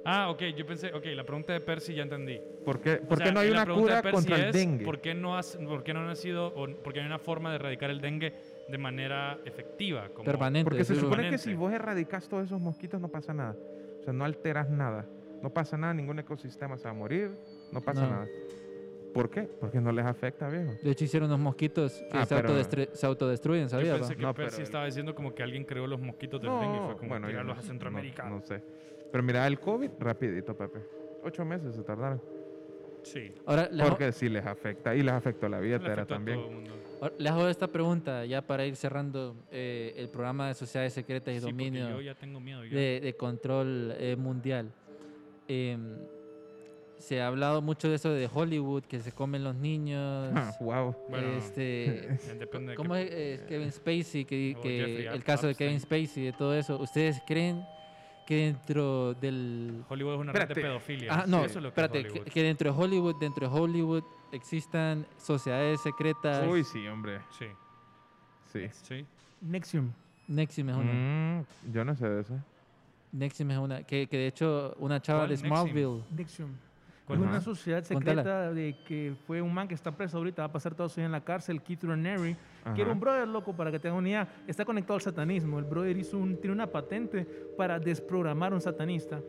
S4: Ah, ok, yo pensé, ok, la pregunta de Percy ya entendí.
S5: ¿Por qué,
S4: O
S5: por qué
S4: sea,
S5: no hay
S4: la
S5: una
S4: pregunta de
S5: cura
S4: Percy
S5: contra el
S4: es,
S5: dengue?
S4: ¿Por qué no, has, por qué no ha sido, o por qué no hay una forma de erradicar el dengue de manera efectiva? como-
S5: Porque se supone que
S4: Permanente.
S5: si vos erradicas todos esos mosquitos no pasa nada. O sea, no alteras nada. No pasa nada, ningún ecosistema se va a morir, no pasa
S8: No.
S5: nada. ¿Por qué? Porque no les afecta, viejo.
S8: De hecho, hicieron unos mosquitos que
S5: Ah,
S8: se,
S5: pero-
S8: autodestre- se autodestruyen,
S4: Yo
S8: ¿sabías?
S4: pensé
S8: va?
S4: que
S5: No,
S4: Percy
S5: pero el-
S4: estaba diciendo como que alguien creó los mosquitos del
S5: No,
S4: dengue y fue como
S5: bueno, yo
S4: tirarlos
S5: no-
S4: a
S5: no-
S4: Centroamérica.
S5: No, sé. Pero mira, el COVID, rapidito, Pepe. Ocho meses se tardaron.
S4: Sí.
S8: Ahora, les,
S5: Porque sí les afecta. Y les afectó la
S4: Le
S5: vida entera
S4: afectó a
S5: también.
S4: todo el mundo.
S8: ahora, les hago esta pregunta ya para ir cerrando eh, el programa de sociedades secretas y
S4: Sí, porque
S8: dominio
S4: yo ya tengo miedo, ya.
S8: De, de control eh, mundial. Eh, se ha hablado mucho de eso de Hollywood, que se comen los niños.
S5: wow.
S4: Ah, Bueno,
S8: este,
S4: depende de
S8: ¿Cómo
S4: qué-
S8: es eh, Kevin Spacey? Que,
S4: O
S8: que
S4: Oh, Jeffrey
S8: el caso de Kevin Spacey, de todo eso. ¿Ustedes creen que dentro del
S4: Hollywood es una red de
S8: Espérate.
S4: pedofilia.
S8: Ah, no,
S4: Eso es lo que es
S8: espérate, que,
S4: Hollywood.
S8: que dentro de Hollywood, dentro de Hollywood existan sociedades secretas.
S5: Uy, sí, hombre.
S4: Sí.
S5: Sí.
S4: Sí.
S9: Nexium.
S8: Nexium es una.
S5: Mm, yo no sé de eso.
S8: Nexium es una. Que, que de hecho, una chava
S4: ¿Cuál
S8: de
S4: Nexium?
S8: Smallville.
S9: Nexium.
S4: ¿Cuál?
S9: una
S4: Ajá.
S9: sociedad
S8: Contala.
S9: secreta de que fue un man que está preso ahorita, va a pasar toda su vida en la cárcel, Keith Raniere,
S5: Ajá.
S9: que era un brother loco, para que tengan una idea, está conectado al satanismo. El brother hizo un, tiene una patente para desprogramar a un satanista.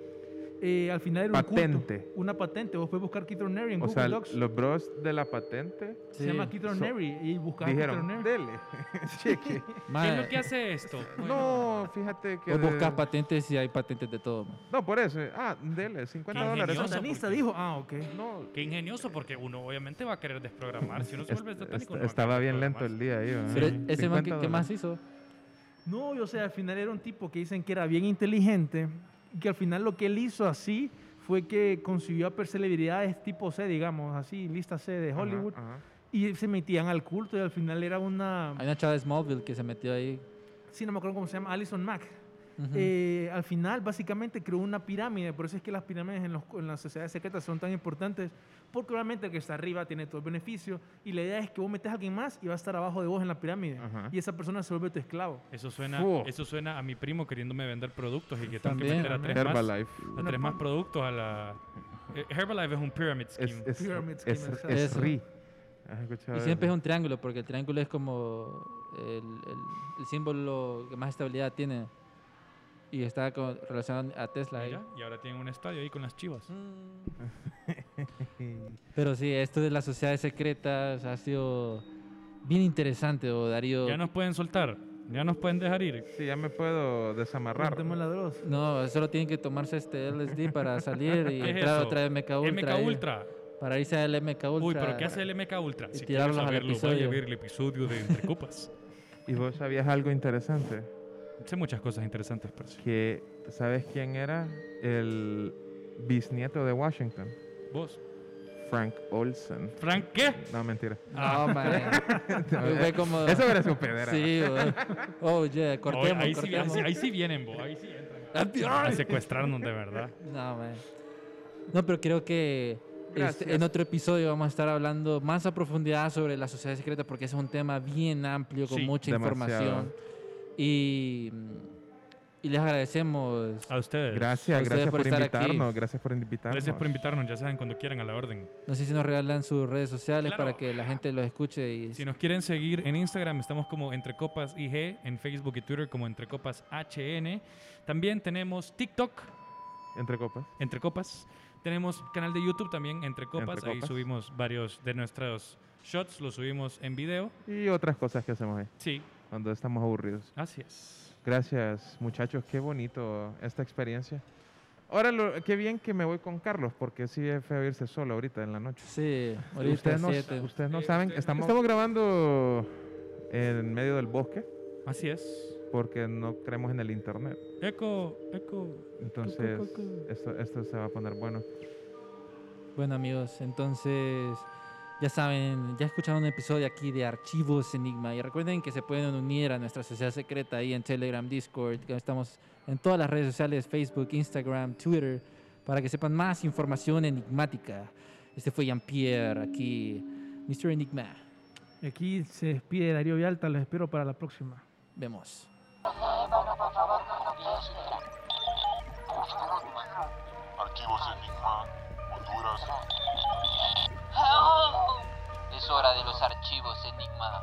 S9: Eh, al final era un culto.
S5: Patente.
S9: Una patente. Vos puedes buscar Keith Raniere en
S5: O
S9: Google
S5: sea,
S9: Docs.
S5: los bros de la patente
S9: Se
S8: Sí.
S9: llama Keith
S5: So-
S9: Raniere y buscaban Keith
S5: dijeron,
S9: Raniere.
S5: dele,
S4: ¿Qué
S5: cheque.
S8: Madre,
S4: es lo que hace esto?
S5: Ah, eh, No, fíjate que...
S8: vos buscas
S5: de-
S8: patentes y hay patentes de todo. man.
S5: No, por eso. Ah, dele, 50 dólares.
S9: El
S4: Ingenioso,
S9: satanista
S4: porque-
S9: dijo, ah, ok.
S5: No,
S4: Qué ingenioso, porque uno obviamente va a querer desprogramar. Si uno se
S5: es-
S4: vuelve satánico,
S5: est-
S4: no va a
S5: estaba
S4: querer
S5: bien lento el
S4: desprogramarse.
S5: día ahí. ¿verdad?
S8: Pero ese man,
S5: 50
S8: ¿qué, qué más hizo?
S9: No, yo sé, al final era un tipo que dicen que era bien inteligente, y que al final lo que él hizo así fue que consiguió a personalidades tipo C, digamos, así, lista C de
S5: Ajá,
S9: Hollywood,
S5: ajá.
S9: y se metían al culto y al final era una,
S8: Hay una chava de Smallville que se metió ahí.
S9: sí, no me acuerdo cómo se llama, Alison Mack.
S8: Ujú.
S9: Eh, al final, básicamente, creó una pirámide. Por eso es que las pirámides en, los- en las sociedades secretas son tan importantes. Porque obviamente el que está arriba tiene todo el beneficio. Y la idea es que vos metes a alguien más y va a estar abajo de vos en la pirámide.
S5: Ajá.
S9: Y esa persona se vuelve tu esclavo.
S4: Eso suena,
S5: Fuh.
S4: eso suena a mi primo queriéndome vender productos y que tengo que
S8: También.
S4: meter a tres, más,
S5: Herbalife.
S4: a tres más productos a la... Eh, Herbalife es un pyramid
S5: Es,
S4: scheme.
S5: es,
S9: Pyramid
S5: es,
S9: scheme,
S5: es
S9: exacto.
S8: Eso.
S5: ri. ¿Has escuchado
S8: Y
S5: eso?
S8: siempre es un triángulo, porque el triángulo es como el, el- el símbolo que más estabilidad tiene. Y está con, relacionado a Tesla. ahí.
S4: Mira, y ahora tienen un estadio ahí con las chivas.
S8: Mm. Pero sí, esto de las sociedades secretas ha sido bien interesante, o Darío.
S4: Ya nos pueden soltar. Ya nos pueden dejar ir.
S5: Sí, ya me puedo desamarrar.
S9: Cortemos la droga.
S8: No, solo tienen que tomarse este LSD para salir y
S4: ¿Qué es
S8: entrar
S4: eso?
S8: otra vez MK Ultra.
S4: MK
S8: ahí,
S4: Ultra.
S8: Para irse al MK Ultra.
S4: Uy, pero ¿qué hace el MK Ultra?
S8: Y
S4: Si quieres
S8: tirarlos al
S4: saberlo, vaya a
S8: episodio.
S4: ver el episodio de Entre Copas.
S5: Y vos sabías algo interesante.
S4: Sé muchas cosas interesantes, pero sí.
S5: Que, ¿sabes quién era? El bisnieto de Washington.
S4: ¿Vos?
S5: Frank Olsen.
S4: ¿Frank qué?
S5: No, mentira.
S4: Ah.
S8: No, man. Fue como...
S5: Eso era su pedera.
S8: Ah. Sí, güey. Oh, yeah, cortemos,
S4: ahí, sí, ahí,
S8: cortemos.
S4: sí, ahí sí vienen, vos. Ahí sí entran.
S8: Ah,
S4: A secuestrarnos de verdad.
S8: No, man. No, pero creo que este, en otro episodio vamos a estar hablando más a profundidad sobre la sociedad secreta porque ese es un tema bien amplio con
S4: Sí,
S8: mucha
S5: demasiado.
S8: información. Y mm, Y les agradecemos.
S4: A ustedes.
S5: Gracias,
S8: a ustedes
S5: gracias por,
S8: estar aquí.
S5: invitarnos, gracias por invitarnos.
S4: Gracias por invitarnos, ya saben, cuando quieran a la orden.
S8: No sé si nos regalan sus redes sociales para que la gente los escuche. Y...
S4: Si nos quieren seguir en Instagram, estamos como Entre Copas IG, en Facebook y Twitter como Entre Copas HN. También tenemos TikTok.
S5: Entre Copas.
S4: Entre Copas. Tenemos canal de YouTube también, Entre Copas.
S5: Entre
S4: Ahí
S5: Copas.
S4: subimos varios de nuestros shots, los subimos en video.
S5: Y otras cosas que hacemos ahí.
S4: Sí.
S5: Cuando estamos aburridos.
S4: Así es.
S5: Gracias, muchachos. Qué bonito esta experiencia. Ahora, lo- qué bien que me voy con Carlos, porque sí es feo irse solo ahorita en la noche.
S8: Sí, ahorita
S5: Ustedes no,
S8: siete.
S5: ustedes no
S8: Sí,
S5: saben,
S8: ustedes
S5: estamos,
S8: no-
S5: estamos grabando en medio del bosque.
S4: Así es.
S5: Porque no creemos en el internet.
S4: Eco, eco.
S5: Entonces, esto, esto se va a poner bueno.
S8: Bueno amigos, entonces ya saben, ya escucharon un episodio aquí de Archivos Enigma y recuerden que se pueden unir a nuestra sociedad secreta ahí en Telegram, Discord, que estamos en todas las redes sociales, Facebook, Instagram, Twitter, para que sepan más información enigmática. Este fue Jean-Pierre aquí, Mr. Enigma.
S9: Aquí se despide Darío Vialta, los espero para la próxima.
S8: Vemos.
S7: Archivos Enigma, Honduras.
S6: Es hora de los archivos Enigma.